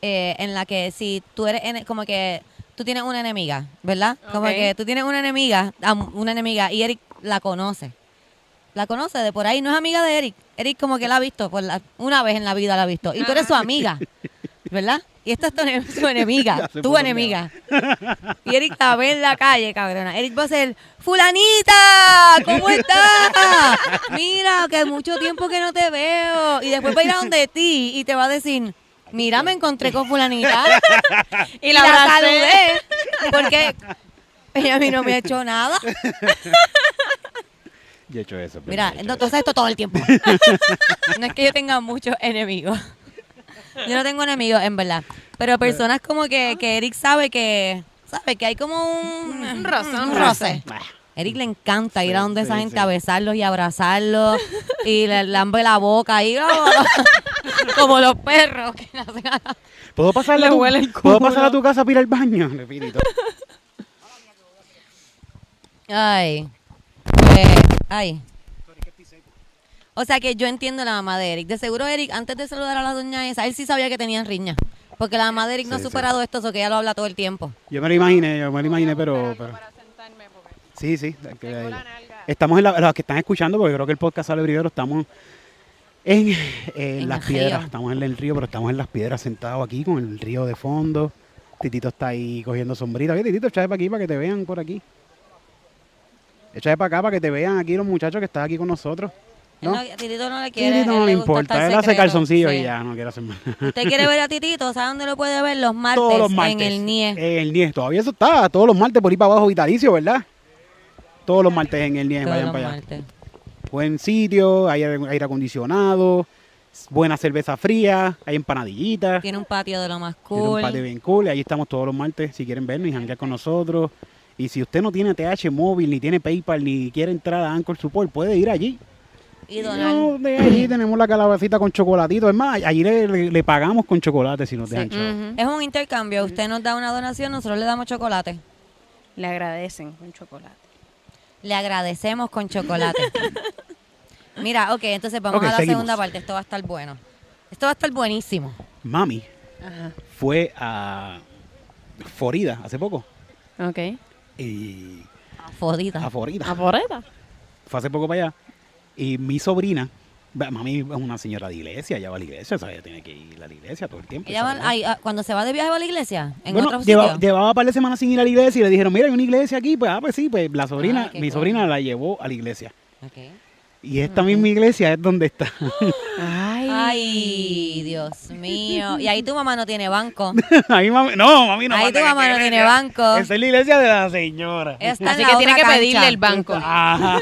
S3: eh, en la que si tú eres ene- como que tú tienes una enemiga, ¿verdad? Como
S1: Ok.
S3: que tú tienes una enemiga, am- una enemiga y Eric la conoce. La conoce de por ahí, no es amiga de Eric. Eric como que la ha visto por la- una vez en la vida la ha visto y tú
S1: Ah.
S3: eres su amiga, ¿verdad? Y esta es tu, ene-
S1: <laughs>
S3: su enemiga,
S2: Ya sé
S3: tu
S2: por dónde
S3: enemiga. Y Eric la ve en la calle, cabrona. Eric va a ser, fulanita,
S1: <laughs>
S3: ¿cómo estás? Mira, que mucho tiempo que no te veo. Y después va a ir a donde ti y te va a decir, mira, me encontré con fulanita.
S1: <laughs> Y la abracé.
S3: saludé porque ella a mí no me ha hecho nada.
S2: Yo he hecho eso. pero
S3: Mira,
S2: yo he hecho
S3: no, tú
S2: eso.
S3: haces esto todo el tiempo. No es que yo tenga muchos enemigos. Yo no tengo enemigos, en verdad. Pero personas como que, que Eric sabe que... ¿Sabe? Que hay como un...
S1: Un roce, un
S3: Un roce.
S2: Ah,
S3: Eric le encanta ir a
S2: Sí,
S3: donde esa
S2: sí,
S3: gente
S2: sí.
S3: a besarlos y abrazarlos y le lambe la boca y <laughs> como, como los perros que nacen a la-
S2: ¿Puedo pasar,
S1: Le
S2: a tu,
S1: huele el
S2: ¿Puedo pasar
S1: culo.
S2: a tu casa para ir al baño? Repito.
S3: Ay. Eh, ay. O sea que yo entiendo la mamá de Eric. De seguro Eric, antes de saludar a la doña esa, él sí sabía que tenían riña. Porque la mamá de Eric no ha
S2: Sí, sí.
S3: superado esto, eso que ella lo habla todo el tiempo.
S2: Yo me lo imaginé, yo me lo imaginé, pero... pero- Sí, sí. hay que- Estamos en la, los que están escuchando, porque creo que el podcast sale primero, estamos en, eh,
S3: el
S2: las
S3: río.
S2: piedras. Estamos en el río, pero estamos en las piedras sentados aquí con el río de fondo. Titito está ahí cogiendo sombrita. Oye, Titito, échate para aquí para que te vean por aquí. Échate para acá para que te vean aquí los muchachos que están aquí con nosotros.
S3: Él
S2: ¿No?
S3: no- Titito no le quiere.
S2: Titito
S3: él
S2: no le
S3: gusta
S2: importa,
S3: estar
S2: él hace
S3: secreto.
S2: calzoncillos
S3: Sí.
S2: y ya, no quiere hacer más. nada.
S3: Usted quiere ver a Titito, ¿sabe dónde lo puede ver? Los martes,
S2: Todos los martes. Eh,
S3: en el NIE.
S2: En el NIE, todavía eso está, todos los martes por ahí para abajo, vitalicio, ¿verdad? Todos los martes en el NIE,
S3: Todos
S2: vayan
S3: los
S2: para allá.
S3: martes.
S2: Buen sitio, hay aire aire acondicionado, buena cerveza fría, hay empanadillitas.
S3: Tiene un patio de lo más
S2: Tiene un
S3: cool.
S2: patio bien cool. y Ahí estamos todos los martes si quieren vernos y janguear con nosotros. Y si usted no tiene TH móvil, ni tiene PayPal, ni quiere entrar a Anchor Support, puede ir allí.
S3: Y donar.
S2: No, de allí tenemos la calabacita con chocolatito. Es más, allí le, le- le pagamos con chocolate si nos
S3: Sí.
S2: dejan chavo.
S1: Ujú.
S3: Es un intercambio. Usted nos da una donación, nosotros le damos chocolate.
S1: Le agradecen un chocolate.
S3: Le agradecemos con chocolate.
S1: <laughs>
S3: Mira, ok, entonces vamos
S2: Ok,
S3: a la
S2: seguimos.
S3: segunda parte. Esto va a estar bueno. Esto va a estar buenísimo.
S2: Mami
S1: Ajá.
S2: fue a Florida hace poco.
S1: Ok. Ah,
S2: Y
S3: Fodita.
S2: a Florida.
S1: ¿A poreta?
S2: fue hace poco para allá. Y mi sobrina, va- mami es una señora de iglesia, ella va a la iglesia, o sea, ella tiene que ir a la iglesia todo el tiempo.
S3: Ella va-
S2: ¿sabes?
S3: ay, ah, cuando se va de viaje va a la iglesia, en
S2: Bueno,
S3: otro
S2: lleva-
S3: sitio.
S2: llevaba un par de semanas sin ir a la iglesia y le dijeron, mira, hay una iglesia aquí, pues, ah, pues sí, pues la sobrina,
S3: Ay, Ah, qué
S2: mi
S3: cool.
S2: sobrina la llevó a la iglesia.
S3: Ok.
S2: Y esta misma iglesia es donde está. <laughs>
S1: Ay.
S3: Ay, Dios mío. Y ahí tu mamá no tiene
S2: <laughs>
S3: banco.
S2: Ahí mami, no, mami no.
S3: Ahí tu
S2: mata,
S3: mamá
S2: esta
S3: no tiene
S2: iglesia-
S3: banco.
S2: Esa es la iglesia de la señora.
S3: Está en
S1: Así
S3: la
S1: que tiene
S3: otra
S1: que
S3: cancha.
S1: pedirle el banco.
S2: Ajá.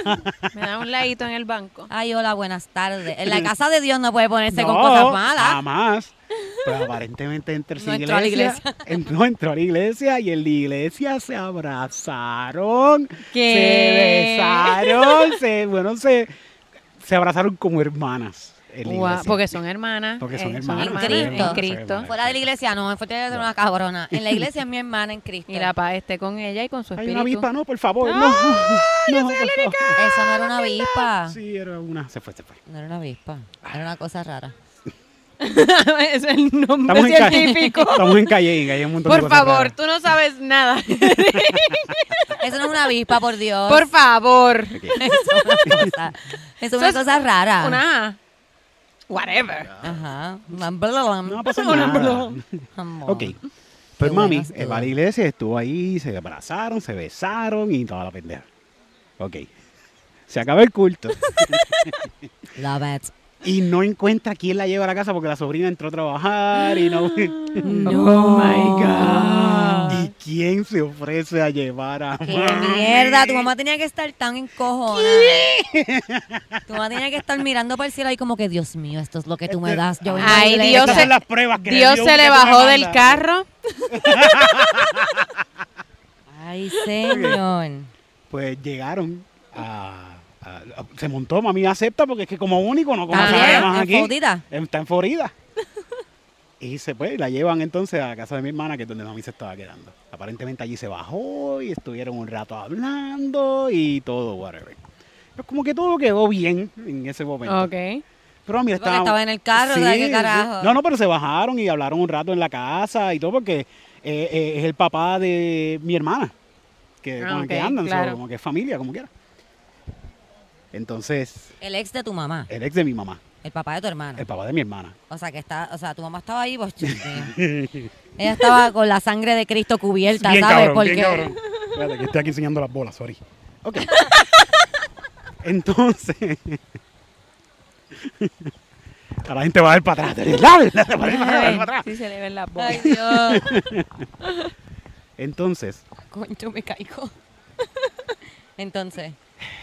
S1: Me da un ladito en el banco.
S3: Ay, hola, buenas tardes. En
S2: <laughs>
S3: la casa de Dios no puede ponerse con
S2: No, ah,
S3: cosas
S1: ¿ah?
S3: malas.
S2: Jamás. Pero aparentemente entre
S3: No
S2: su
S3: entró a la
S2: iglesia. <laughs> en- No entró a la iglesia y en la iglesia se abrazaron.
S1: ¿Qué? <laughs>
S2: Se besaron. se, bueno, se, se abrazaron como hermanas. en la
S1: Guau,
S2: iglesia.
S1: porque son hermanas.
S2: Porque son
S1: eh,
S2: hermanas,
S3: son
S1: en
S3: hermanas, son
S1: Cristo.
S2: hermanas.
S3: Fuera de la iglesia no, en fuera de la iglesia es una cabrona. En la iglesia es mi hermana en Cristo.
S1: <laughs> Y la paz esté con ella y con su
S2: Hay
S1: espíritu.
S2: una
S1: ¡Ah!
S2: avispa, no, por favor. No, <laughs> no, por favor.
S3: Eso no era una
S1: <laughs>
S3: avispa.
S2: Sí, era una. Se fue, se fue.
S3: No era una avispa. Era una cosa rara.
S1: <laughs> es el nombre
S2: Estamos en, calle,
S1: científico.
S2: <laughs> estamos en calle, en calle hay un montón de
S1: Por
S2: cosas
S1: favor,
S2: raras.
S1: tú no sabes nada.
S3: Eso no es una avispa, por Dios.
S1: Por favor.
S3: cosa. Eso es una
S1: Eso es
S3: cosa rara.
S1: Una. Whatever.
S3: Ajá. Blam, blam,
S2: No va
S1: <laughs>
S2: a pasar
S1: Una
S2: nada.
S1: broma.
S3: blam.
S2: Ok. Pues
S3: Qué
S2: mami,
S3: buenas
S2: eh, va a la
S3: todas.
S2: iglesia, estuvo ahí, se abrazaron, se besaron y toda la pendeja. Ok. Se acaba el culto.
S3: Love it.
S2: y no encuentra quién la lleva a la casa porque la sobrina entró a trabajar y no. <laughs>
S1: Oh my God.
S2: ¿Y quién se ofrece a llevar a
S3: ¡Qué mierda! Tu mamá tenía que estar tan encojona. Tu mamá tenía que estar mirando para el cielo ahí como que, Dios mío, esto es lo que tú me das. Yo vengo a la
S1: Ay, Dios, eh.
S3: iglesia".
S2: Estas son las pruebas que
S1: Dios
S2: dio
S1: se
S2: que
S1: le
S2: tú
S1: bajó
S2: mandas.
S1: del carro.
S3: Ay, señor.
S2: Pues llegaron a. a- a- se montó, mami acepta porque es que como único no conoce a nadie
S3: También,
S2: más
S3: en
S2: aquí.
S3: Florida.
S2: Está en <laughs> Florida. y se pues la llevan entonces a casa de mi hermana, que es donde mami se estaba quedando. A aparentemente allí se bajó y estuvieron un rato hablando y todo, whatever. Pero como que todo quedó bien en ese momento.
S1: Ok.
S2: Pero mira,
S3: Porque
S2: estaba,
S3: estaba en el carro, ¿sabes qué carajo?
S2: No, no, pero se bajaron y hablaron un rato en la casa y todo porque eh, eh, es el papá de mi hermana, que,
S1: Ah,
S2: con el que
S1: ok,
S2: andan, so,
S1: claro.
S2: como que es familia, como quiera. Entonces,
S3: El ex de tu mamá,
S2: el ex de mi mamá,
S3: el papá de tu hermana.
S2: el papá de mi hermana.
S3: O sea, que está, o sea, tu mamá estaba ahí, pues, Dios mío. Ella estaba con la sangre de Cristo cubierta,
S2: Bien
S3: ¿sabes?
S2: cabrón,
S3: Porque
S2: bien cabrón.
S4: Espérate, que estoy aquí enseñando las bolas, sorry.
S2: Ok. <laughs> Entonces. <laughs> Ahora la gente va a ver para atrás. La- la- la- para atrás,
S1: Ay,
S2: para atrás.
S1: Sí, se le ven las
S3: Ay,
S1: bolas.
S3: Dios.
S2: Entonces,
S3: <laughs> Concho, me caigo. Entonces,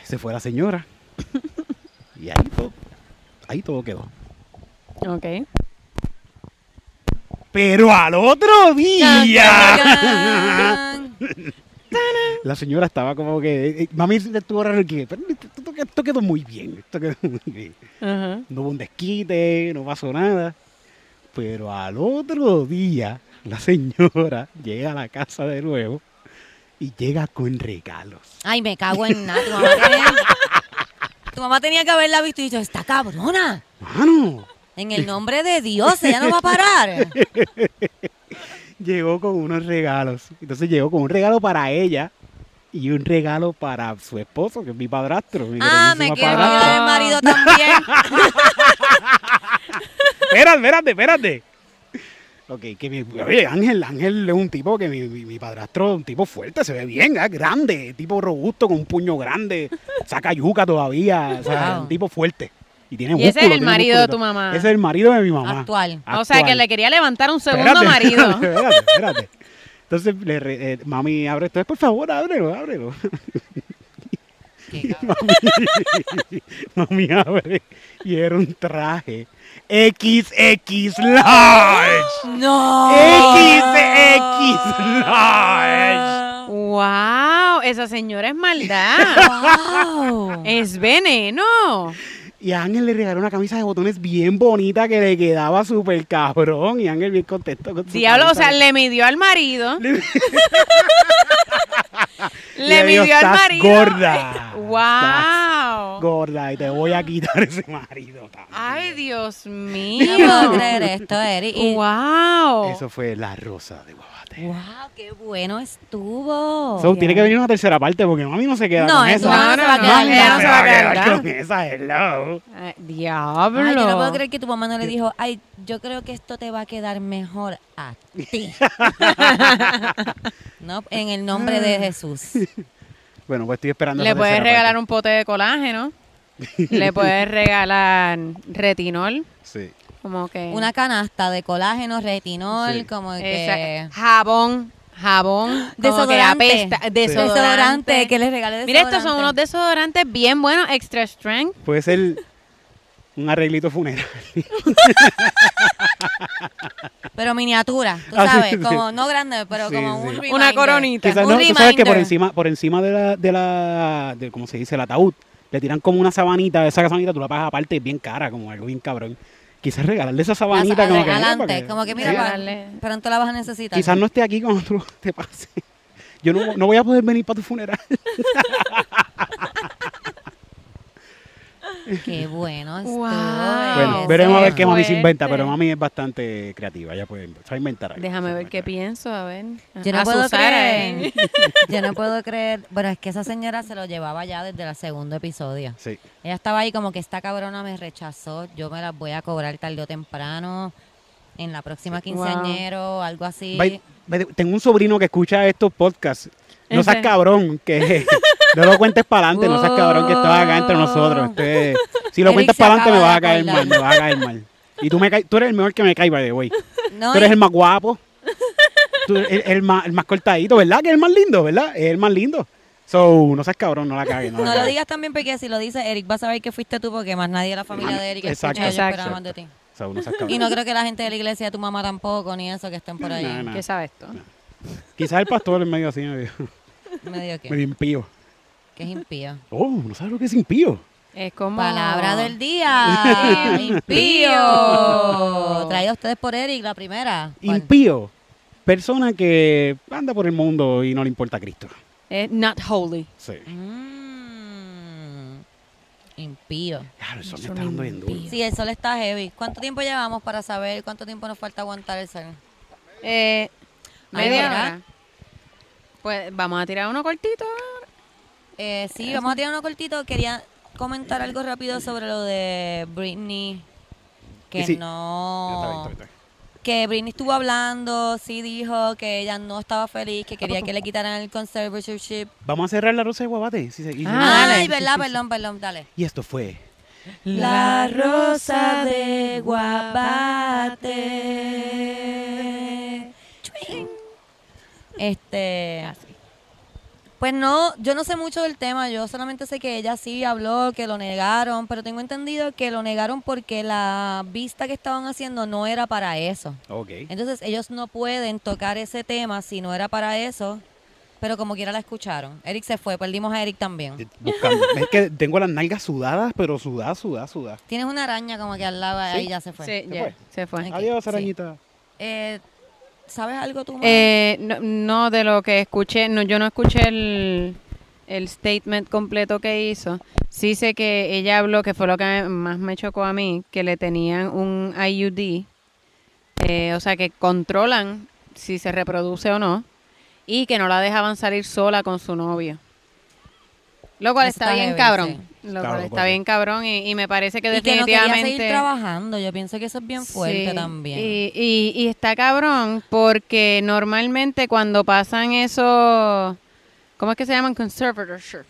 S2: se fue la señora. Y ahí todo, ahí todo quedó.
S1: Ok.
S2: Pero al otro día.
S3: Can, can, can.
S2: La señora estaba como que. eh, eh, Mami estuvo raro que. "Pero Esto, esto quedó muy bien. Esto quedó muy bien.
S1: Ajá.
S2: No hubo un desquite, no pasó nada. Pero al otro día, la señora <laughs> llega a la casa de nuevo y llega con regalos.
S3: Ay, me cago en nada. Tu mamá, tenía, tu mamá tenía que haberla visto y dicho, está cabrona.
S2: ¡Mano!
S3: En el nombre de Dios, ella no va a parar.
S2: Llegó con unos regalos. Entonces llegó con un regalo para ella y un regalo para su esposo, que es mi padrastro. Mi
S3: Ah, me
S2: queridísimo
S3: quiero
S2: padrastro.
S3: coño el marido también.
S2: Espérate, espérate, espérate. Ok, que mi, oye, Ángel, Ángel es un tipo que mi, mi- mi padrastro es un tipo fuerte, se ve bien, ah, grande, tipo robusto, con un puño grande, saca yuca todavía, o sea,
S3: Wow.
S2: un tipo fuerte. Y tiene
S1: Y ese es
S2: músculo,
S1: el
S2: tiene
S1: marido de
S2: musculito.
S1: tu mamá.
S2: Ese es el marido de mi mamá.
S3: Actual.
S1: O sea, que
S2: Actual.
S1: le quería levantar un segundo
S2: Espérate,
S1: marido.
S2: <laughs> Espérate, espérate. Entonces, le re- eh, mami, abre esto, por favor, ábrelo, ábrelo. <laughs>
S3: Qué cabrón.
S2: Mami abre y era un traje XX large.
S3: No.
S1: Oh.
S2: XX large.
S1: ¡Wow! Esa señora es maldad.
S2: <laughs>
S3: Wow.
S1: es veneno.
S2: Y a Ángel le regaló una camisa de botones bien bonita que le quedaba súper cabrón. Y Ángel bien contento con su
S1: Diablo, o
S2: camisa.
S1: sea, le midió al marido. <laughs> Le,
S2: Le dijo,
S1: midió al
S2: "Estás
S1: marido. <laughs>
S2: gorda. Estás
S1: ¡Wow!
S2: Gorda, y te voy a quitar ese marido también.
S1: Ah. ¡Ay, Dios
S3: No puedo
S1: mío!
S3: creer esto, Eri. Y-
S1: ¡Wow!
S2: Eso fue la rosa de Guabate.
S3: Wow, qué bueno estuvo.
S2: So, tiene que venir una tercera parte porque mami no se queda
S3: No,
S2: con
S3: eso
S1: no,
S2: esa.
S1: no, no,
S2: Mami
S1: no, no se va a quedar, ¿verdad?
S2: con esa, hello.
S1: Ay, ¡Diablo!
S3: Ay, yo no puedo creer que tu mamá no le dijo, ay, yo creo que esto te va a quedar mejor a
S2: <laughs>
S3: ti. no, en el nombre
S2: Ah.
S3: de Jesús.
S2: Bueno, pues estoy esperando
S1: Le
S2: esa
S1: puedes
S2: tercera
S1: regalar
S2: parte.
S1: un pote de colágeno. Le puedes regalar retinol.
S2: Sí.
S1: Como que.
S3: Una canasta de colágeno, retinol,
S2: Sí.
S3: como que...
S1: Esa- jabón. Jabón. como que
S3: Desodorante.
S1: apesta-
S3: Desodorante,
S1: Desodorante.
S3: que les regalé
S1: Mira, estos son unos
S3: desodorante.
S1: desodorantes bien buenos, extra strength.
S2: Puede ser un
S1: <laughs>
S2: arreglito funeral.
S3: Pero miniatura, tú
S2: Ah, sí,
S3: sabes,
S2: sí.
S3: como, no grande, pero
S2: Sí,
S3: como
S2: sí.
S3: un
S1: Una
S3: reminder.
S1: coronita.
S2: Quizás
S3: Un
S2: no, tú sabes que por
S3: reminder.
S2: encima, por encima de la, de la, de, ¿cómo se dice? El ataúd, le tiran como una sabanita, esa sabanita tú la pagas aparte bien cara, como algo bien cabrón. Quizás regalarle esa sabanita
S3: Las-
S2: como que,
S3: adelante,
S2: mira, para
S3: como que mira,
S2: Sí.
S3: pa-
S1: Dale.
S3: pronto la vas a necesitar.
S2: quizás no esté aquí cuando tú <laughs> te pase. Yo no, no voy a poder venir para tu funeral.
S3: Qué bueno estuvo.
S1: Guau.
S2: bueno,
S1: sí.
S2: veremos a ver qué mami se
S1: Fuerte.
S2: inventa, pero mami es bastante creativa, ya puede se va a inventar algo, se
S1: Déjame
S2: va a
S1: ver qué
S2: inventar
S1: pienso, a ver.
S3: Yo no
S1: A
S3: puedo
S1: Susana,
S3: creer.
S1: eh.
S3: <laughs> Yo no puedo creer. Bueno, es que esa señora se lo llevaba ya desde el segundo episodio.
S2: algo. Sí.
S3: Ella estaba ahí como que esta cabrona me rechazó. Yo me las voy a cobrar tarde o temprano. En la próxima quinceañero, algo así.
S2: By- by the- Tengo un sobrino que escucha estos podcasts. No seas
S1: Ese.
S2: cabrón, que <laughs> no lo cuentes para adelante, no seas cabrón que estás acá entre nosotros. Este, si lo
S3: Eric
S2: cuentas
S3: se
S2: para adelante me
S3: acaba
S2: vas a
S3: de
S2: caer mal, me
S3: acordar.
S2: vas a caer mal. Y tú, me caes- tú eres el mejor que me cae, by the
S3: <laughs>
S2: way.
S3: No,
S2: Tú eres
S3: y-
S2: el más guapo. Tú eres el, el más, el más cortadito, ¿verdad? Que es el más lindo, ¿verdad? Es el más lindo. So, no seas cabrón, no la cagues. No, la
S3: no lo
S2: cagues.
S3: digas también porque si lo dice Eric va a saber que fuiste tú porque más nadie de la familia de Eric escucha,
S2: Exacto.
S3: yo
S1: Exacto.
S3: esperaba más de ti.
S2: So, no seas
S3: Y
S2: cabrón.
S3: no creo que la gente de la iglesia de tu mamá tampoco, ni eso que estén por ahí.
S2: No, no.
S1: ¿Qué sabe esto?
S2: Quizás el pastor en medio
S3: <laughs>
S2: así, medio,
S3: Medio que,
S2: medio impío.
S3: que es impío.
S2: Oh, no sabes lo que es impío.
S1: Es como...
S3: Palabra del día.
S4: <laughs>
S3: Impío. Traído a ustedes por Eric, la primera. ¿Cuál?
S2: Impío Persona que anda por el mundo y no le importa a Cristo.
S1: Es not holy.
S2: Sí.
S3: Mm. Impío.
S2: Claro, eso me
S1: Eso
S2: está
S1: no
S2: dando bien duro.
S1: impide.
S3: Sí, el sol está heavy. ¿Cuánto tiempo llevamos para saber cuánto tiempo nos falta aguantar el sol?
S1: Eh,
S3: Ay,
S1: media
S3: ¿verdad?
S1: hora. Pues vamos a tirar uno cortito. ahora.
S3: Eh, sí, vamos a tirar uno cortito. Quería comentar algo rápido sobre lo de Britney. Que
S2: Y sí.
S4: Ya está bien,
S3: no.
S4: está bien, está bien.
S3: Que Britney estuvo hablando, sí dijo que ella no estaba feliz, que quería que le quitaran el conservatorship.
S2: Vamos a cerrar la rosa de guabate. sí, sí, y-
S1: Ah, dale.
S3: Ay, ¿verdad? Perdón, perdón, dale.
S2: Y esto fue.
S3: La rosa de guabate. Este. Pues no, yo no sé mucho del tema, yo solamente sé que ella sí habló, que lo negaron, pero tengo entendido que lo negaron porque la vista que estaban haciendo no era para eso.
S2: Ok.
S3: Entonces ellos no pueden tocar ese tema si no era para eso, pero como quiera la escucharon. Eric se fue, perdimos a Eric también.
S2: Buscando. es que tengo las nalgas sudadas, pero sudadas, sudadas, sudadas.
S3: Tienes una araña como que al lado, ahí ya se fue.
S1: Sí, ya,
S2: fue.
S1: se fue.
S3: Ok,
S2: Adiós,
S3: sí.
S2: arañita.
S3: Eh, ¿Sabes algo tú? Mar?
S1: Eh, no, no, de lo que escuché, no, yo no escuché el, el statement completo que hizo. Sí sé que ella habló, que fue lo que más me chocó a mí, que le tenían un IUD, eh, o sea, que controlan si se reproduce o no, y que no la dejaban salir sola con su novio. Lo cual
S3: Eso
S1: está,
S3: está
S1: bien
S3: heavy,
S1: cabrón. Lo
S2: Está
S1: cual
S2: loco,
S1: está
S2: sí.
S1: bien cabrón y, y me parece que
S3: y que no quería seguir
S1: definitivamente...
S3: trabajando. Yo pienso que eso es bien fuerte
S1: Sí,
S3: también.
S1: Y, y- y está cabrón porque normalmente cuando pasan esos, ¿cómo es que se llaman? Conservatorship.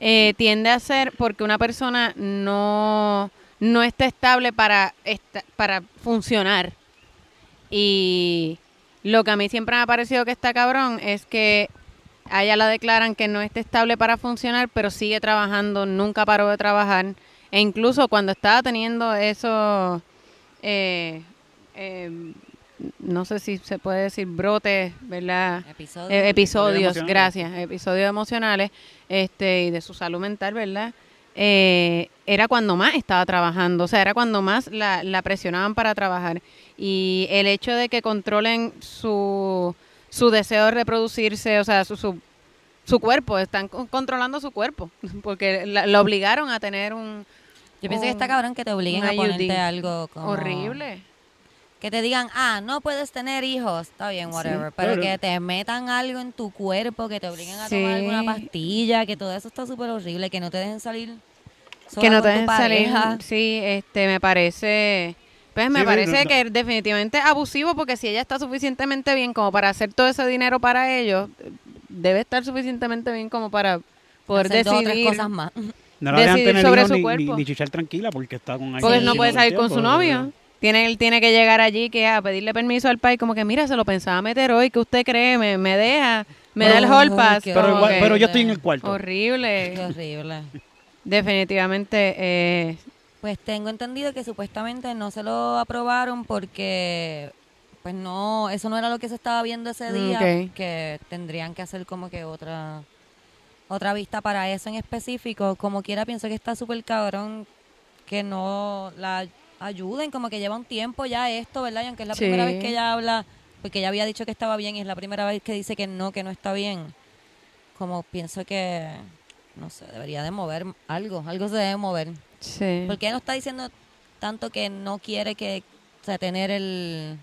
S1: Eh, tiende a ser porque una persona no, no está estable para, esta- para funcionar. Y lo que a mí siempre me ha parecido que está cabrón es que a ella la declaran que no está estable para funcionar, pero sigue trabajando, nunca paró de trabajar. E incluso cuando estaba teniendo esos, eh, eh, no sé si se puede decir brotes, ¿verdad?
S3: Episodio.
S1: Eh,
S2: Episodios
S1: episodios,
S2: emocionales.
S1: gracias, episodios emocionales este y de su salud mental, ¿verdad? Eh, era cuando más estaba trabajando, o sea, era cuando más la, la presionaban para trabajar. Y el hecho de que controlen su, su deseo de reproducirse, o sea, su, su, su cuerpo, están con- controlando su cuerpo, <laughs> porque la, la obligaron a tener un...
S3: yo pienso que está
S1: un-
S3: cabrón que te obliguen
S1: un
S3: a
S1: IUD.
S3: ponerte algo como-
S1: Horrible.
S3: Que te digan, ah, no puedes tener hijos. Está bien, whatever. pero
S2: claro.
S3: que te metan algo en tu cuerpo, que te obliguen a tomar
S1: Sí.
S3: alguna pastilla, que todo eso está súper horrible, que no te dejen salir. sola
S1: que
S3: con
S1: no te
S3: tu
S1: dejen salir.
S3: pareja.
S1: Sí, este, me parece. Pues me
S2: Sí,
S1: parece
S2: no, no.
S1: que definitivamente es abusivo porque si ella está suficientemente bien como para hacer todo ese dinero para ellos, debe estar suficientemente bien como para poder
S3: Hacer dos o tres
S1: decidir.
S3: cosas más. <laughs>
S2: No la dejan
S1: Decidir
S2: tener
S1: sobre
S2: hijos
S1: su
S2: ni, ni,
S1: cuerpo.
S2: ni chichar tranquila porque está con alguien.
S1: Porque
S3: Sí.
S1: no puede
S2: todo el
S1: salir con su
S2: tiempo,
S1: novio.
S2: ¿verdad?
S1: Tiene, él tiene que llegar allí que a pedirle permiso al país, como que mira, se lo pensaba meter hoy, que usted cree, me, me deja, me da el
S3: Oh, Ay,
S1: hall pass.
S3: qué
S2: Pero,
S1: como
S2: igual-
S1: que
S2: pero yo estoy en el cuarto.
S1: Horrible.
S3: Qué horrible.
S1: Definitivamente. eh,
S3: Pues tengo entendido que supuestamente no se lo aprobaron porque, pues no, eso no era lo que se estaba viendo ese
S1: Mm,
S3: día,
S1: ok.
S3: que tendrían que hacer como que otra, otra vista para eso en específico. Como quiera, pienso que está súper cabrón que no la ayuden, como que lleva un tiempo ya esto, ¿verdad? Y aunque es la
S1: Sí.
S3: primera vez que ella habla, porque ella había dicho que estaba bien y es la primera vez que dice que no, que no está bien. Como pienso que, no sé, debería de mover algo, algo se debe mover.
S1: sí.
S3: Porque no está diciendo tanto que no quiere que o sea, tener el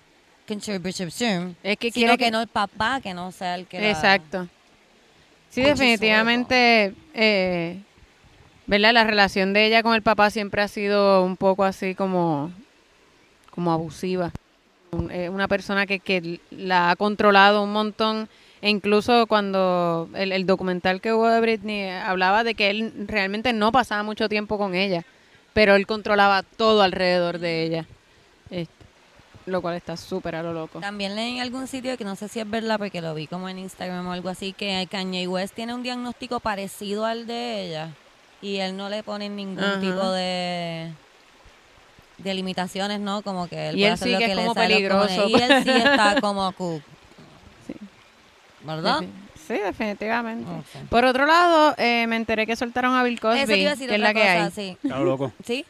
S3: conservatorship soon,
S1: Es que
S3: sino
S1: quiere
S3: que,
S1: que-
S3: no el papá, que no sea el que la-
S1: Exacto. Sí,
S3: Concha
S1: definitivamente, eh, ¿verdad? La relación de ella con el papá siempre ha sido un poco así como, como abusiva. Un- eh, una persona que, que la ha controlado un montón. E incluso cuando el, el documental que hubo de Britney eh, hablaba de que él realmente no pasaba mucho tiempo con ella, pero él controlaba todo alrededor de ella. Este, lo cual está súper a lo loco.
S3: También leí en algún sitio que no sé si es verdad porque lo vi como en Instagram o algo así que Kanye West tiene un diagnóstico parecido al de ella y él no le pone ningún
S1: Ajá.
S3: tipo de de limitaciones, ¿no? Como que él
S1: Y
S3: puede
S1: él
S3: hacer
S1: sí
S3: lo
S1: que
S3: que,
S1: es
S3: le
S1: como
S3: sale de los cojones.
S1: peligroso.
S3: y él sí está
S1: <laughs>
S3: como cool.
S1: Sí.
S3: ¿Verdad?
S1: Defi- Sí, definitivamente.
S3: Ok.
S1: Por otro lado, eh, me enteré que soltaron a Bill Cosby,
S3: Eso te iba a decir
S1: que es
S3: otra
S1: la que
S3: cosa,
S1: hay.
S3: sí.
S2: Está loco.
S3: ¿Sí?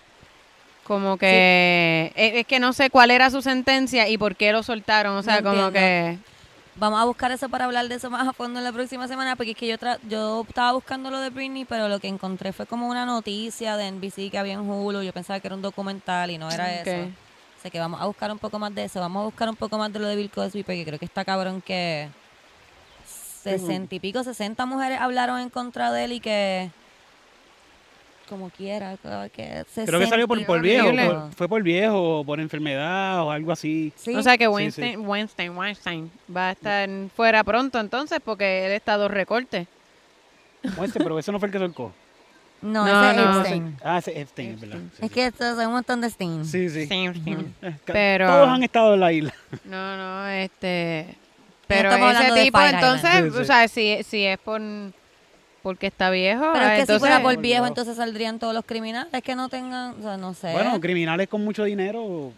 S1: Como que eh, es que no sé cuál era su sentencia y por qué lo soltaron. O sea,
S3: No
S1: como
S3: entiendo.
S1: que
S3: Vamos a buscar eso para hablar de eso más a fondo en la próxima semana, porque es que yo tra- yo estaba buscando lo de Britney, pero lo que encontré fue como una noticia de NBC que había en Hulu. Yo pensaba que era un documental y no era
S1: Ok.
S3: eso. Así que vamos a buscar un poco más de eso. Vamos a buscar un poco más de lo de Bill Cosby, porque creo que está cabrón que sesenta y pico, sesenta mujeres hablaron en contra de él y que como quiera, creo que,
S2: Creo que salió por,
S3: 60 y
S2: por
S1: horrible.
S2: viejo,
S3: pico.
S2: por- fue por viejo, o por enfermedad o algo así.
S3: Sí.
S1: O sea que
S2: Sí,
S1: Weinstein, Weinstein, Weinstein va a estar fuera pronto entonces porque él está a dos recortes.
S2: Como este, pero ese no fue el que solcó.
S3: no,
S1: No,
S3: ese es
S1: <laughs> no.
S3: Epstein.
S2: Ah, ese Epstein, es verdad. Sí,
S3: Es que estos son un montón de Epstein.
S2: Sí, sí.
S1: Sí, sí.
S2: Eh, ca-
S1: Pero-
S2: Todos han estado en la isla.
S1: No, no, este... Pero
S3: estamos hablando
S1: ese
S3: de
S1: tipo,
S3: Fire
S1: entonces,
S2: Island. Sí, sí.
S1: o sea, si, si es por porque está viejo,
S3: Pero es que si
S1: entonces...
S3: fuera por
S2: Por
S3: viejo,
S2: Dios.
S3: entonces saldrían todos los criminales que no tengan, o sea, no sé.
S2: Bueno, criminales con mucho dinero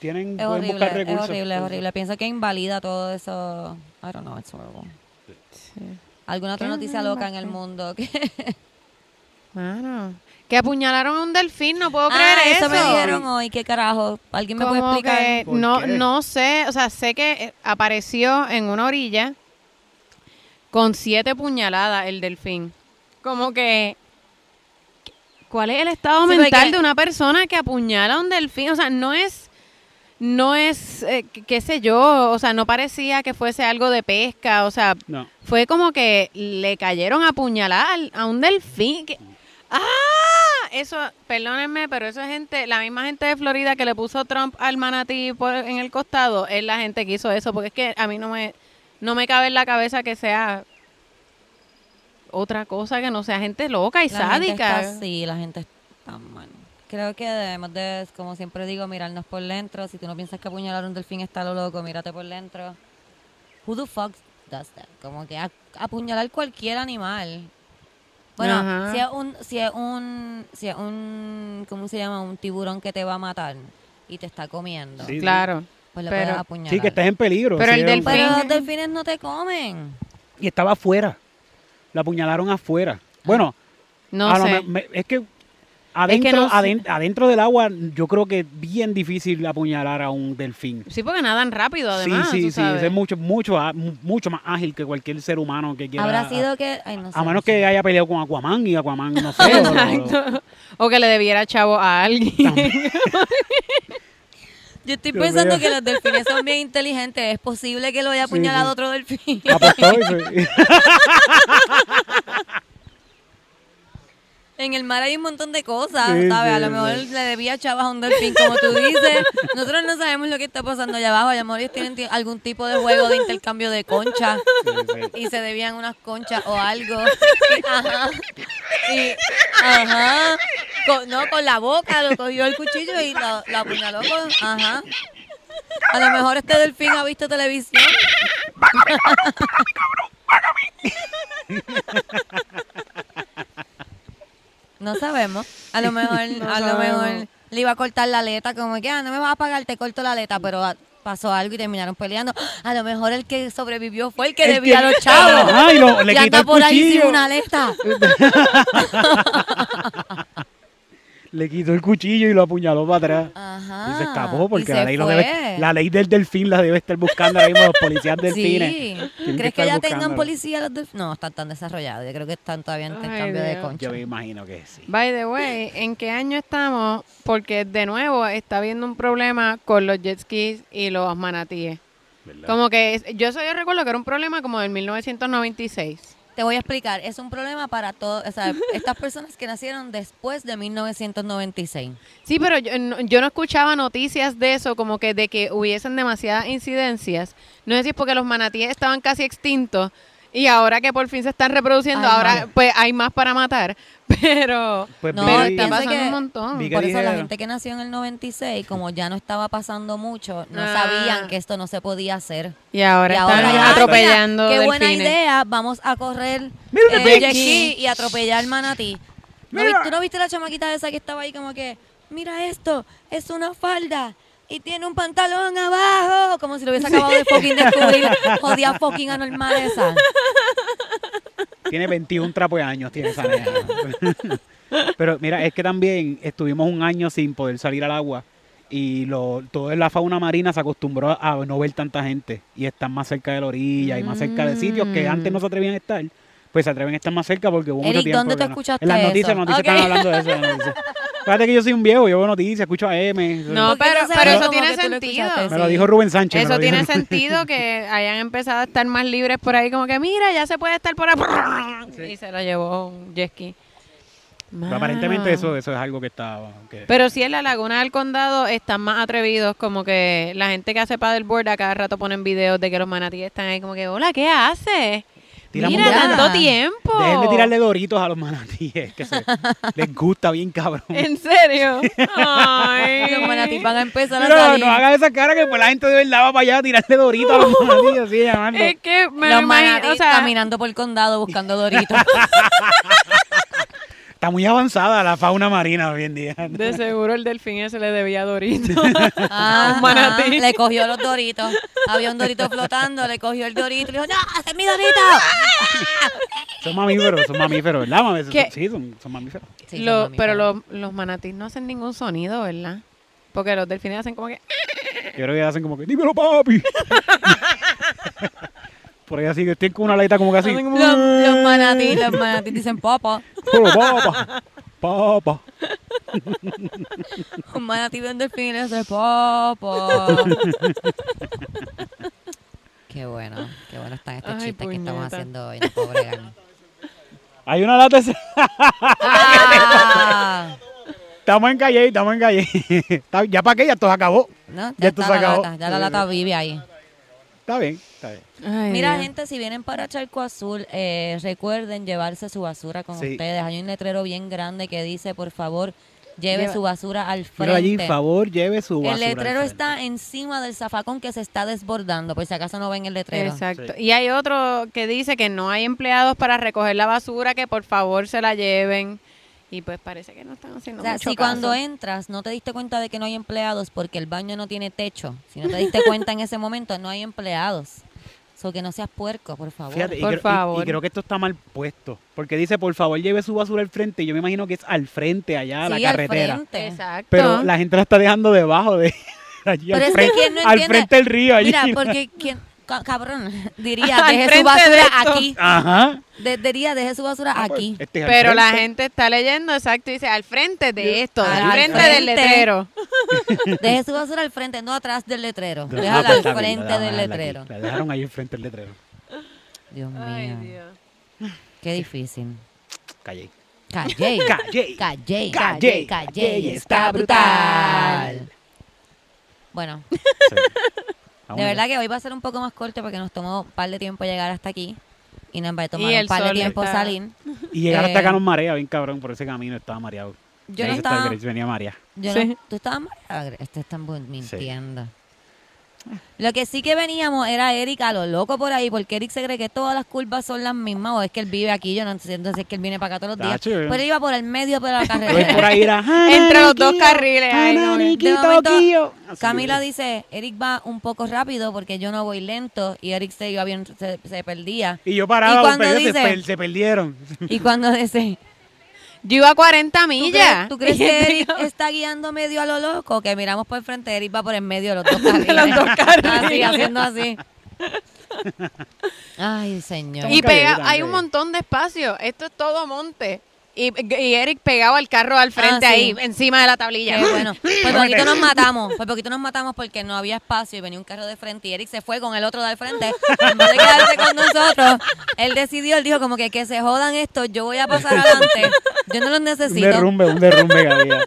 S2: tienen,
S3: es
S2: pueden
S3: horrible,
S2: buscar
S3: es
S2: recursos. pues.
S3: horrible, es horrible. Pienso que invalida todo eso. I don't know, it's horrible.
S1: Sí.
S3: ¿Alguna otra
S1: ¿Qué?
S3: noticia loca en el mundo? que-
S1: Mano, que apuñalaron a un delfín, no puedo
S3: <laughs> Ah,
S1: creer eso.
S3: me dijeron hoy, qué carajo. ¿Alguien me puede
S1: Como
S3: explicar?
S1: que
S2: ¿Por
S1: no,
S2: qué?
S1: no sé, o sea, sé que eh, apareció en una orilla con siete puñaladas el delfín. Como que, ¿cuál es el estado
S3: Sí,
S1: mental
S3: porque-
S1: de una persona que apuñala a un delfín? O sea, no es, no es, eh, qué- qué sé yo, o sea, no parecía que fuese algo de pesca, o sea,
S2: No.
S1: fue como que le cayeron a puñalar al- a un delfín. que- ¡Ah! Eso, perdónenme, pero esa gente, la misma gente de Florida que le puso Trump al manatí por- en el costado, es la gente que hizo eso, porque es que a mí no me, no me cabe en la cabeza que sea otra cosa que no sea gente loca y
S3: La gente
S1: sádica.
S3: está así, la gente está mal. Creo que debemos de, como siempre digo, mirarnos por dentro. Si tú no piensas que apuñalar un delfín está lo loco, mírate por dentro. Who the fuck does that? Como que a- apuñalar cualquier animal. Bueno,
S1: Ajá.
S3: si es un, si es un, si es un, ¿cómo se llama? Un tiburón que te va a matar y te está comiendo.
S2: Sí, sí.
S1: Claro.
S3: Pues lo
S1: pero-
S3: puedes apuñalar.
S2: Sí, que estás en peligro.
S1: Pero
S2: sí,
S1: el
S2: es-
S1: delfín-
S3: Pero los
S1: Fin.
S3: delfines no te comen.
S2: Y estaba afuera. La apuñalaron afuera.
S3: Ah,
S2: Bueno,
S1: No
S2: a lo
S1: sé.
S2: me- me- es que adentro,
S1: no sé.
S2: aden- adentro del agua yo creo que es bien difícil apuñalar a un delfín.
S1: Sí, porque nadan rápido, además. tú
S2: sí, sí, sí.
S1: sabes.
S2: Es mucho, mucho, a- mu- mucho más ágil que cualquier ser humano que quiera.
S3: Habrá sido que, ay, no sé,
S2: A menos
S3: no sé.
S2: que haya peleado con Aquaman y Aquaman,
S3: <laughs>
S2: no sé. o lo-
S1: <laughs> Exacto. O que le debiera chavo a alguien.
S3: Yo estoy
S2: Qué
S3: pensando
S2: feo.
S3: que los delfines son bien inteligentes. Es posible que lo haya apuñalado
S2: sí.
S3: otro delfín. <laughs>
S2: apostó y se-
S3: En el mar hay un montón de cosas,
S2: Sí,
S3: ¿sabes? a
S2: sí,
S3: lo
S2: sí.
S3: mejor le debía chavas a un delfín, como tú dices. Nosotros no sabemos lo que está pasando allá abajo. A lo mejor ellos tienen ti- algún tipo de juego de intercambio de conchas. Y se debían unas conchas o algo. <laughs> Ajá. Y, ajá. Con- no, con la boca lo cogió el cuchillo y lo, lo apuñaló con... Ajá. A lo mejor este delfín ha visto televisión. No sabemos. A lo mejor,
S1: No
S3: a lo
S1: sabemos.
S3: mejor le iba a cortar la aleta, como que, ah, no me vas a pagar, te corto la aleta, pero ah, pasó algo y terminaron peleando. A lo mejor el que sobrevivió fue el que
S2: El
S3: debía
S2: que-
S3: a los chavos.
S2: Ajá, y lo- le
S3: Y
S2: quitó
S3: anda
S2: el
S3: por ahí sin
S2: cuchillo.
S3: una
S2: <laughs>
S3: aleta.
S2: <laughs> Le quitó el cuchillo y lo apuñaló para atrás.
S3: Ajá.
S2: Y se escapó
S3: Ah,
S2: porque
S3: Y
S2: la,
S3: se
S2: ley lo
S3: fue.
S2: debe- la ley del delfín la debe estar buscando ahora mismo los policías delfines.
S3: Sí.
S2: Tienen
S3: ¿Crees que,
S2: estar
S3: ya tengan
S2: buscándolo.
S3: policía los delfines? No, están tan desarrollados. Yo creo que están todavía en
S1: Ay,
S3: intercambio de
S1: Dios.
S3: concha.
S2: Yo me imagino que sí.
S1: By the way, ¿en qué año estamos? Porque de nuevo está habiendo un problema con los jet skis y los manatíes.
S2: ¿verdad?
S1: Como que es- yo eso yo recuerdo que era un problema como del 1996.
S3: Te voy a explicar. Es un problema para todos. O
S1: <laughs>
S3: sea, estas personas que nacieron después de 1996.
S1: Sí, pero yo no, yo no escuchaba noticias de eso, como que de que hubiesen demasiadas incidencias. No sé si es porque los manatíes estaban casi extintos y ahora que por fin se están reproduciendo,
S3: Ay,
S1: ahora
S3: madre.
S1: pues hay más para matar. <laughs> Pero,
S2: Pues
S3: No,
S1: pero
S2: vi-
S1: está
S3: pienso
S1: pasando
S3: que-
S1: un montón.
S2: vi- ¿Y qué
S3: Por eso la
S2: dijeron?
S3: gente que nació en el 96, como ya no estaba pasando mucho, no
S1: Ah.
S3: sabían que esto no se podía hacer.
S1: Y ahora
S3: Y
S1: están
S3: ahora, ah,
S1: atropellando
S3: mira, Qué buena
S1: delfines.
S3: idea, vamos a correr
S2: Mira,
S3: eh,
S2: Becky.
S3: jet ski y atropellar manatí. ¿No
S2: Mira.
S3: vi- ¿Tú no viste la chamaquita esa que estaba ahí como que, mira esto, es una falda y tiene un pantalón abajo? Como si lo hubiese acabado de fucking descubrir, jodida fucking anormal esa.
S2: Tiene 21 trapos de años, tiene esa nena. <laughs> Pero mira, es que también estuvimos un año sin poder salir al agua y lo, toda la fauna marina se acostumbró a no ver tanta gente y están más cerca de la orilla y más cerca de sitios que antes no se atrevían a estar. Pues se atreven a estar más cerca porque hubo mucho
S3: Eric,
S2: tiempo
S3: ¿dónde
S2: que
S3: tú
S2: no-
S3: escuchaste
S2: En las noticias,
S3: eso?
S2: las noticias
S3: Ok.
S2: están hablando de eso. en las noticias. Fíjate que yo soy un viejo, yo veo noticias, escucho a M.
S1: No,
S3: Porque
S1: pero,
S3: eso se
S1: pero
S3: ve
S1: eso
S3: como
S1: tiene
S3: que tú lo
S1: sentido.
S3: escuchaste,
S2: me lo
S3: sí.
S2: dijo Rubén Sánchez. me
S1: Eso
S2: lo dijo
S1: tiene
S2: Rubén.
S1: sentido que hayan empezado a estar más libres por ahí, como que mira, ya se puede estar por ahí. Y se lo llevó un jet ski.
S2: Pero
S1: Mano. Ah.
S2: aparentemente eso, eso es algo que está... que-
S1: Pero sí, en la laguna del condado están más atrevidos, como que la gente que hace paddleboard a cada rato ponen videos de que los manatíes están ahí como que, hola, ¿qué haces?
S2: Tira
S1: Mira,
S2: montaña.
S1: tanto tiempo.
S2: Dejen de tirarle doritos a los manatíes,
S1: <laughs>
S2: que se, les gusta bien cabrón.
S1: ¿En
S2: <laughs>
S1: serio? Ay.
S3: Los manatíes van a empezar a
S2: Mira,
S3: salir.
S2: no hagas esa cara que pues la gente de verdad va para allá a tirarle doritos
S1: <laughs>
S2: a los manatíes, así llamando.
S1: Es que me
S3: los
S1: lo imagino,
S3: manatíes
S1: o sea,
S3: caminando por el condado buscando doritos.
S2: Está muy avanzada la fauna marina hoy en día.
S1: de seguro el delfín ese le debía a Dorito.
S3: Ajá,
S1: Un manatí.
S3: Le cogió los doritos. Había un dorito flotando, le cogió el dorito y dijo, ¡No, ese es mi dorito!
S2: Son mamíferos, son mamíferos, ¿verdad? mami? Son-
S1: ¿Qué?
S2: Sí, son, son mamíferos.
S3: <laughs> Sí,
S1: Lo-
S3: mami,
S1: pero los- los manatís no hacen ningún sonido, ¿verdad? Porque los delfines hacen como que... eh,
S2: Yo creo que hacen como que, dímelo
S1: <laughs>
S2: papi. Por ahí así que tienen con una laita como que así.
S1: Hacen como-
S3: Los, los manatí, los manatí dicen papá.
S2: "Pero, papa, papa.
S3: Un manatí ve un delfín y le hace papá. <laughs> qué bueno, qué bueno están estos
S1: Ay,
S3: chistes que estamos
S1: puñeta.
S3: haciendo hoy, no puedo <laughs> bregar.
S2: Hay una lata. de-
S3: Ah,
S2: <laughs> Estamos en calle, estamos en calle. <laughs> Está- ¿Ya para qué? Ya todo acabó.
S3: ¿no? Ya,
S2: Ya esto
S3: está
S2: se
S3: la
S2: acabó.
S3: lata, ya la lata vive ahí.
S2: Está bien, está bien.
S1: Ay,
S3: Mira,
S1: Dios.
S3: gente, si vienen para Charco Azul, eh, recuerden llevarse su basura con
S2: Sí.
S3: ustedes. Hay un letrero bien grande que dice, por favor, lleve
S1: Lleva-
S3: su basura al
S2: Pero allí,
S3: frente.
S2: por favor, lleve su basura.
S3: el
S2: al
S3: letrero
S2: frente.
S3: está encima del zafacón que se está desbordando, por si acaso no ven el letrero.
S1: Exacto. Y hay otro que dice que no hay empleados para recoger la basura, que por favor se la lleven. Y pues parece que no están haciendo
S3: O sea,
S1: mucho
S3: si
S1: caso.
S3: cuando entras no te diste cuenta de que no hay empleados porque el baño no tiene techo, si no te
S1: <laughs>
S3: diste cuenta en ese momento, no hay empleados. So que no seas puerco, por favor.
S2: Fíjate, y
S1: Por
S2: creo, y- Y,
S1: favor.
S2: creo que esto está mal puesto. Porque dice, por favor, lleve su basura al frente. Y yo me imagino que es al frente, allá, a la
S3: Sí, al
S2: carretera.
S3: frente.
S1: Exacto.
S2: Pero la gente la está dejando debajo de. <laughs> Allí
S3: Pero
S2: al,
S3: es que
S2: frente,
S3: ¿quién no
S2: al
S3: entiende?
S2: frente del río. Allí. <laughs>
S3: Mira, porque quien, ca- cabrón, <laughs> diría,
S1: Al
S3: deje su
S1: frente de
S3: basura
S1: esto.
S3: aquí.
S2: Ajá.
S3: De- diría, deje su basura
S2: Ah, pues,
S3: aquí.
S2: <laughs> este es al
S1: Pero la
S2: frente.
S1: gente está leyendo, exacto, y dice al frente de esto,
S3: Al
S1: al frente
S3: frente.
S1: del letrero.
S3: Deje su basura al frente, no atrás del letrero.
S2: No,
S3: Déjala al
S2: pues, está bien, la
S3: frente
S2: dejaron
S3: del
S2: aquí.
S3: letrero.
S2: La dejaron ahí al frente del letrero.
S3: Dios mío, qué difícil. <laughs>
S2: Calle.
S3: Calle.
S2: Calle.
S3: Calle.
S2: Calle.
S3: Calle. Está brutal. Bueno,
S2: Sí. Vamos
S3: de
S2: a-
S3: verdad que hoy va a ser un poco más corto porque nos tomó un par de tiempo llegar hasta aquí. Y nos va a tomar
S1: Y el
S3: un par de
S1: sol
S3: tiempo
S1: está-
S3: salir.
S2: Y llegar hasta
S3: Eh,
S2: acá nos marea, bien cabrón, por ese camino estaba mareado.
S3: Yo
S2: Grace
S3: no
S2: estaba-
S3: estaba.
S2: Grace venía marea.
S3: Yo
S1: Sí.
S3: no- tú estabas mal. Te están bu- mintiendo. Lo que sí que veníamos era Eric a lo loco por ahí, porque Eric se cree que todas las curvas son las mismas, o es que él vive aquí, yo no sé, entonces es que él viene para acá todos los días.
S2: Tacho, yo-
S3: Pero él iba por el medio de la
S2: Yo voy
S3: carretera.
S2: por
S3: <laughs>
S2: ahí era,
S1: Entre los dos
S2: "Ananiquillo,
S1: carriles, ay, no,
S2: ananiquito,
S3: de momento,
S2: quillo". Así
S3: Camila
S2: que-
S3: dice, Eric va un poco rápido porque yo no voy lento, y Eric se iba bien, se, se perdía.
S2: Y yo paraba,
S3: ¿Y cuando
S2: pero ellos se,
S3: dice?
S2: per- se perdieron.
S3: Y cuando dice,
S1: Yo iba a 40
S3: ¿tú
S1: millas.
S3: crees, tú crees
S1: <laughs> Y
S3: que
S1: este
S3: Eric
S1: iba-
S3: está guiando medio a lo loco? Que miramos por el frente, Eric va por el medio de los
S1: <laughs>
S3: dos carriles.
S1: los dos carriles.
S3: Así, haciendo así. Ay, señor.
S1: Y
S2: Nunca llegué,
S1: pega-
S2: nunca
S1: hay un
S2: llegué.
S1: montón de espacio. Esto es todo monte. Y, y Eric pegaba al carro al frente
S3: Ah, sí.
S1: ahí, encima de la tablilla.
S3: Qué bueno. Por
S2: Cómete.
S3: poquito nos matamos. Por poquito nos matamos porque no había espacio y venía un carro de frente y Eric se fue con el otro de al frente. En vez de quedarse con nosotros, él decidió, él dijo como que que se jodan esto, yo voy a pasar
S1: <laughs>
S3: adelante. Yo no los
S2: Un
S3: necesito.
S2: derrumbe, un derrumbe que había.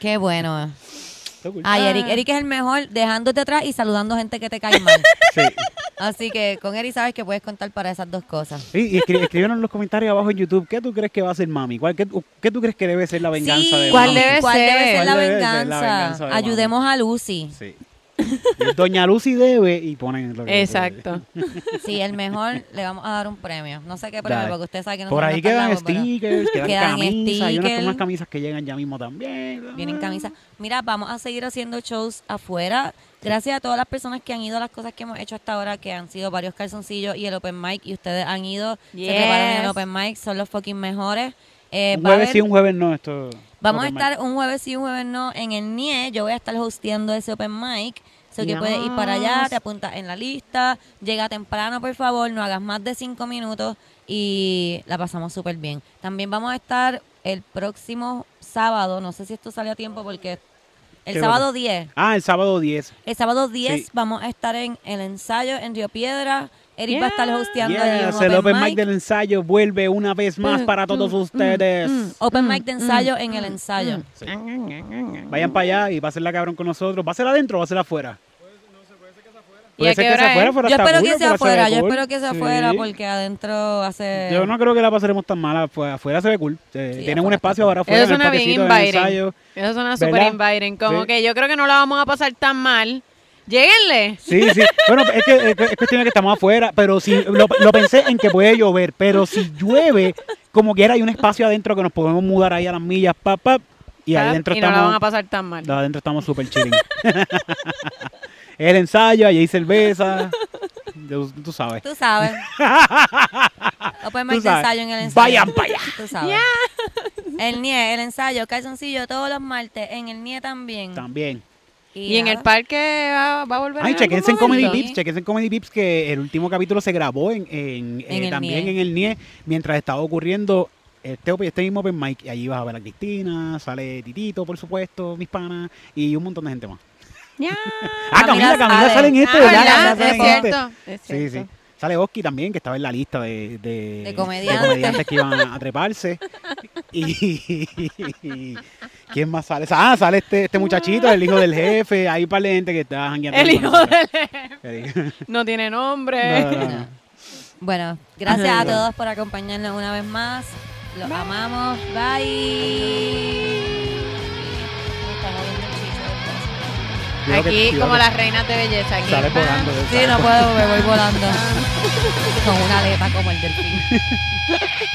S3: Qué bueno.
S2: Está cool.
S3: <laughs>
S1: Ah.
S3: Ay, Eric. Eric es el mejor dejándote atrás y saludando gente que te cae mal.
S2: Sí.
S3: Así que con Eric sabes que puedes contar para esas dos cosas.
S2: Sí, y escri- escríbenos en los comentarios abajo en YouTube qué tú crees que va a hacer mami. ¿Cuál, qué, qué tú crees que debe ser la venganza
S3: Sí,
S2: de
S1: ¿Cuál
S2: mami?
S1: debe
S3: ¿Cuál
S1: ser?
S3: debe ser la
S2: ¿Cuál debe ser la
S3: venganza?
S2: venganza de Mami?
S3: Ayudemos a Lucy.
S2: Sí. Y Doña Lucy debe y ponen lo
S1: <laughs>
S2: que
S1: Exacto.
S3: Sí, el mejor le vamos a dar un premio. No sé qué premio,
S2: Dale.
S3: porque usted sabe que no
S2: Por ahí quedan stickers, quedan,
S3: Quedan
S2: camisas, hay unas,
S3: stickers.
S2: unas camisas que llegan ya mismo también.
S3: Vienen camisas. Mira, vamos a seguir haciendo shows afuera. Gracias a todas las personas que han ido a las cosas que hemos hecho hasta ahora, que han sido varios calzoncillos y el open mic, y ustedes han ido,
S1: Yes.
S3: se preparan en el open mic, son los fucking mejores. Eh,
S2: un
S3: va a
S2: jueves
S3: haber-
S2: sí, un jueves no. Esto,
S3: Vamos a
S2: open mic.
S3: estar un jueves sí, un jueves no en el NIE. Yo voy a estar hosteando ese open mic. So que puedes ir para allá,
S1: Yes.
S3: te apuntas en la lista, llega temprano, por favor, no hagas más de cinco minutos y la pasamos súper bien. También vamos a estar el próximo sábado, no sé si esto sale a tiempo porque el
S2: Qué
S3: sábado 10.
S2: Ah, el sábado 10.
S3: El sábado 10
S2: Sí.
S3: vamos a estar en el ensayo en Río Piedra. Eric va a estar
S1: Yeah.
S3: hosteando allí
S2: Yes,
S3: un
S2: el
S3: open,
S2: open mic.
S3: mic.
S2: del ensayo vuelve una vez más
S1: Mm,
S2: para todos
S1: mm,
S2: ustedes.
S1: mm,
S3: Open
S1: Mm,
S3: mic de
S1: mm,
S3: ensayo en el ensayo.
S2: Sí. Vayan para allá y pásenla cabrón con nosotros. ¿Pásela adentro o pásela afuera?
S1: ¿Y a
S2: Puede ser
S1: qué
S2: que sea
S1: hora
S2: afuera,
S1: es?
S2: pero
S3: Yo
S2: está
S3: espero
S2: cool,
S3: que sea
S2: afuera se ve
S3: afuera, yo
S2: cool.
S3: espero que sea
S2: Sí.
S3: afuera porque adentro hace...
S2: Yo no creo que la pasaremos tan mala. pues, afuera se ve cool. Eh, Tienen un
S3: afuera
S2: espacio ahora afuera.
S1: Eso
S2: en el
S1: suena bien
S2: parquecito, en el
S1: inviting.
S2: ensayo.
S1: Eso suena súper
S2: ¿Verdad?
S1: inviting. Como
S2: Sí.
S1: que yo creo que no la vamos a pasar tan mal. Lléguenle.
S2: Sí, sí. Bueno, es que es, que- es cuestión de que estamos afuera, pero si lo, lo pensé en que puede llover, pero si llueve, como quiera hay un espacio adentro que nos podemos mudar ahí a las millas, pap, pap, y ahí
S1: ¿sabes?
S2: adentro
S1: no la van a
S2: estamos,
S1: pasar tan mal.
S2: no, adentro estamos súper chilling. <laughs> El ensayo, allí hay cerveza, tú, tú sabes.
S3: Tú
S2: <laughs>
S3: sabes. Open mic
S2: Tú
S3: de
S2: sabes.
S3: ensayo en el ensayo.
S2: Vayan para allá.
S3: Tú sabes. El NIE, el ensayo, calzoncillo todos los martes. En el NIE también.
S2: También.
S1: Y en el
S3: nada.
S1: parque va, va a volver
S2: Ay,
S1: en algún
S2: chequense en Comedy
S1: momento.
S2: Pips, chequense en Comedy Pips que el último capítulo se grabó en, en, eh,
S3: En el
S2: también
S3: NIE.
S2: en el NIE mientras estaba ocurriendo este, op- este mismo open mic. Y allí vas a ver a Cristina, sale Titito, por supuesto, mis panas y un montón de gente más. <laughs>
S1: Ya.
S2: Ah,
S3: Camila
S2: Camila, Camila
S3: sale.
S2: sale en este,
S1: Ah,
S2: ¿verdad?
S1: ¿verdad?
S2: Camila
S1: Es
S2: sale en este.
S1: cierto. es
S2: Sí, sí.
S1: cierto.
S2: Sale Oski también, que estaba en la lista de, de,
S3: De comediantes.
S2: comediantes que iban a, a treparse. Y, ¿Quién más sale? Ah, sale este, este muchachito, el hijo del jefe. Hay un par de gente que está jangueando.
S1: El
S2: con
S1: hijo
S2: nosotros.
S1: del jefe. No tiene nombre.
S2: No, no, no.
S3: Bueno, gracias a
S2: Ajá.
S3: todos por acompañarnos una vez más. Los amamos. Bye. Me está jodiendo el chicho del brazo.
S2: Yo creo que-
S1: Aquí,
S2: yo
S1: como
S2: creo que
S1: las reinas de belleza. Aquí.
S2: Sale volando. de
S3: Sí,
S2: esa-
S3: no puedo, me voy volando. Con una aleta como el delfín.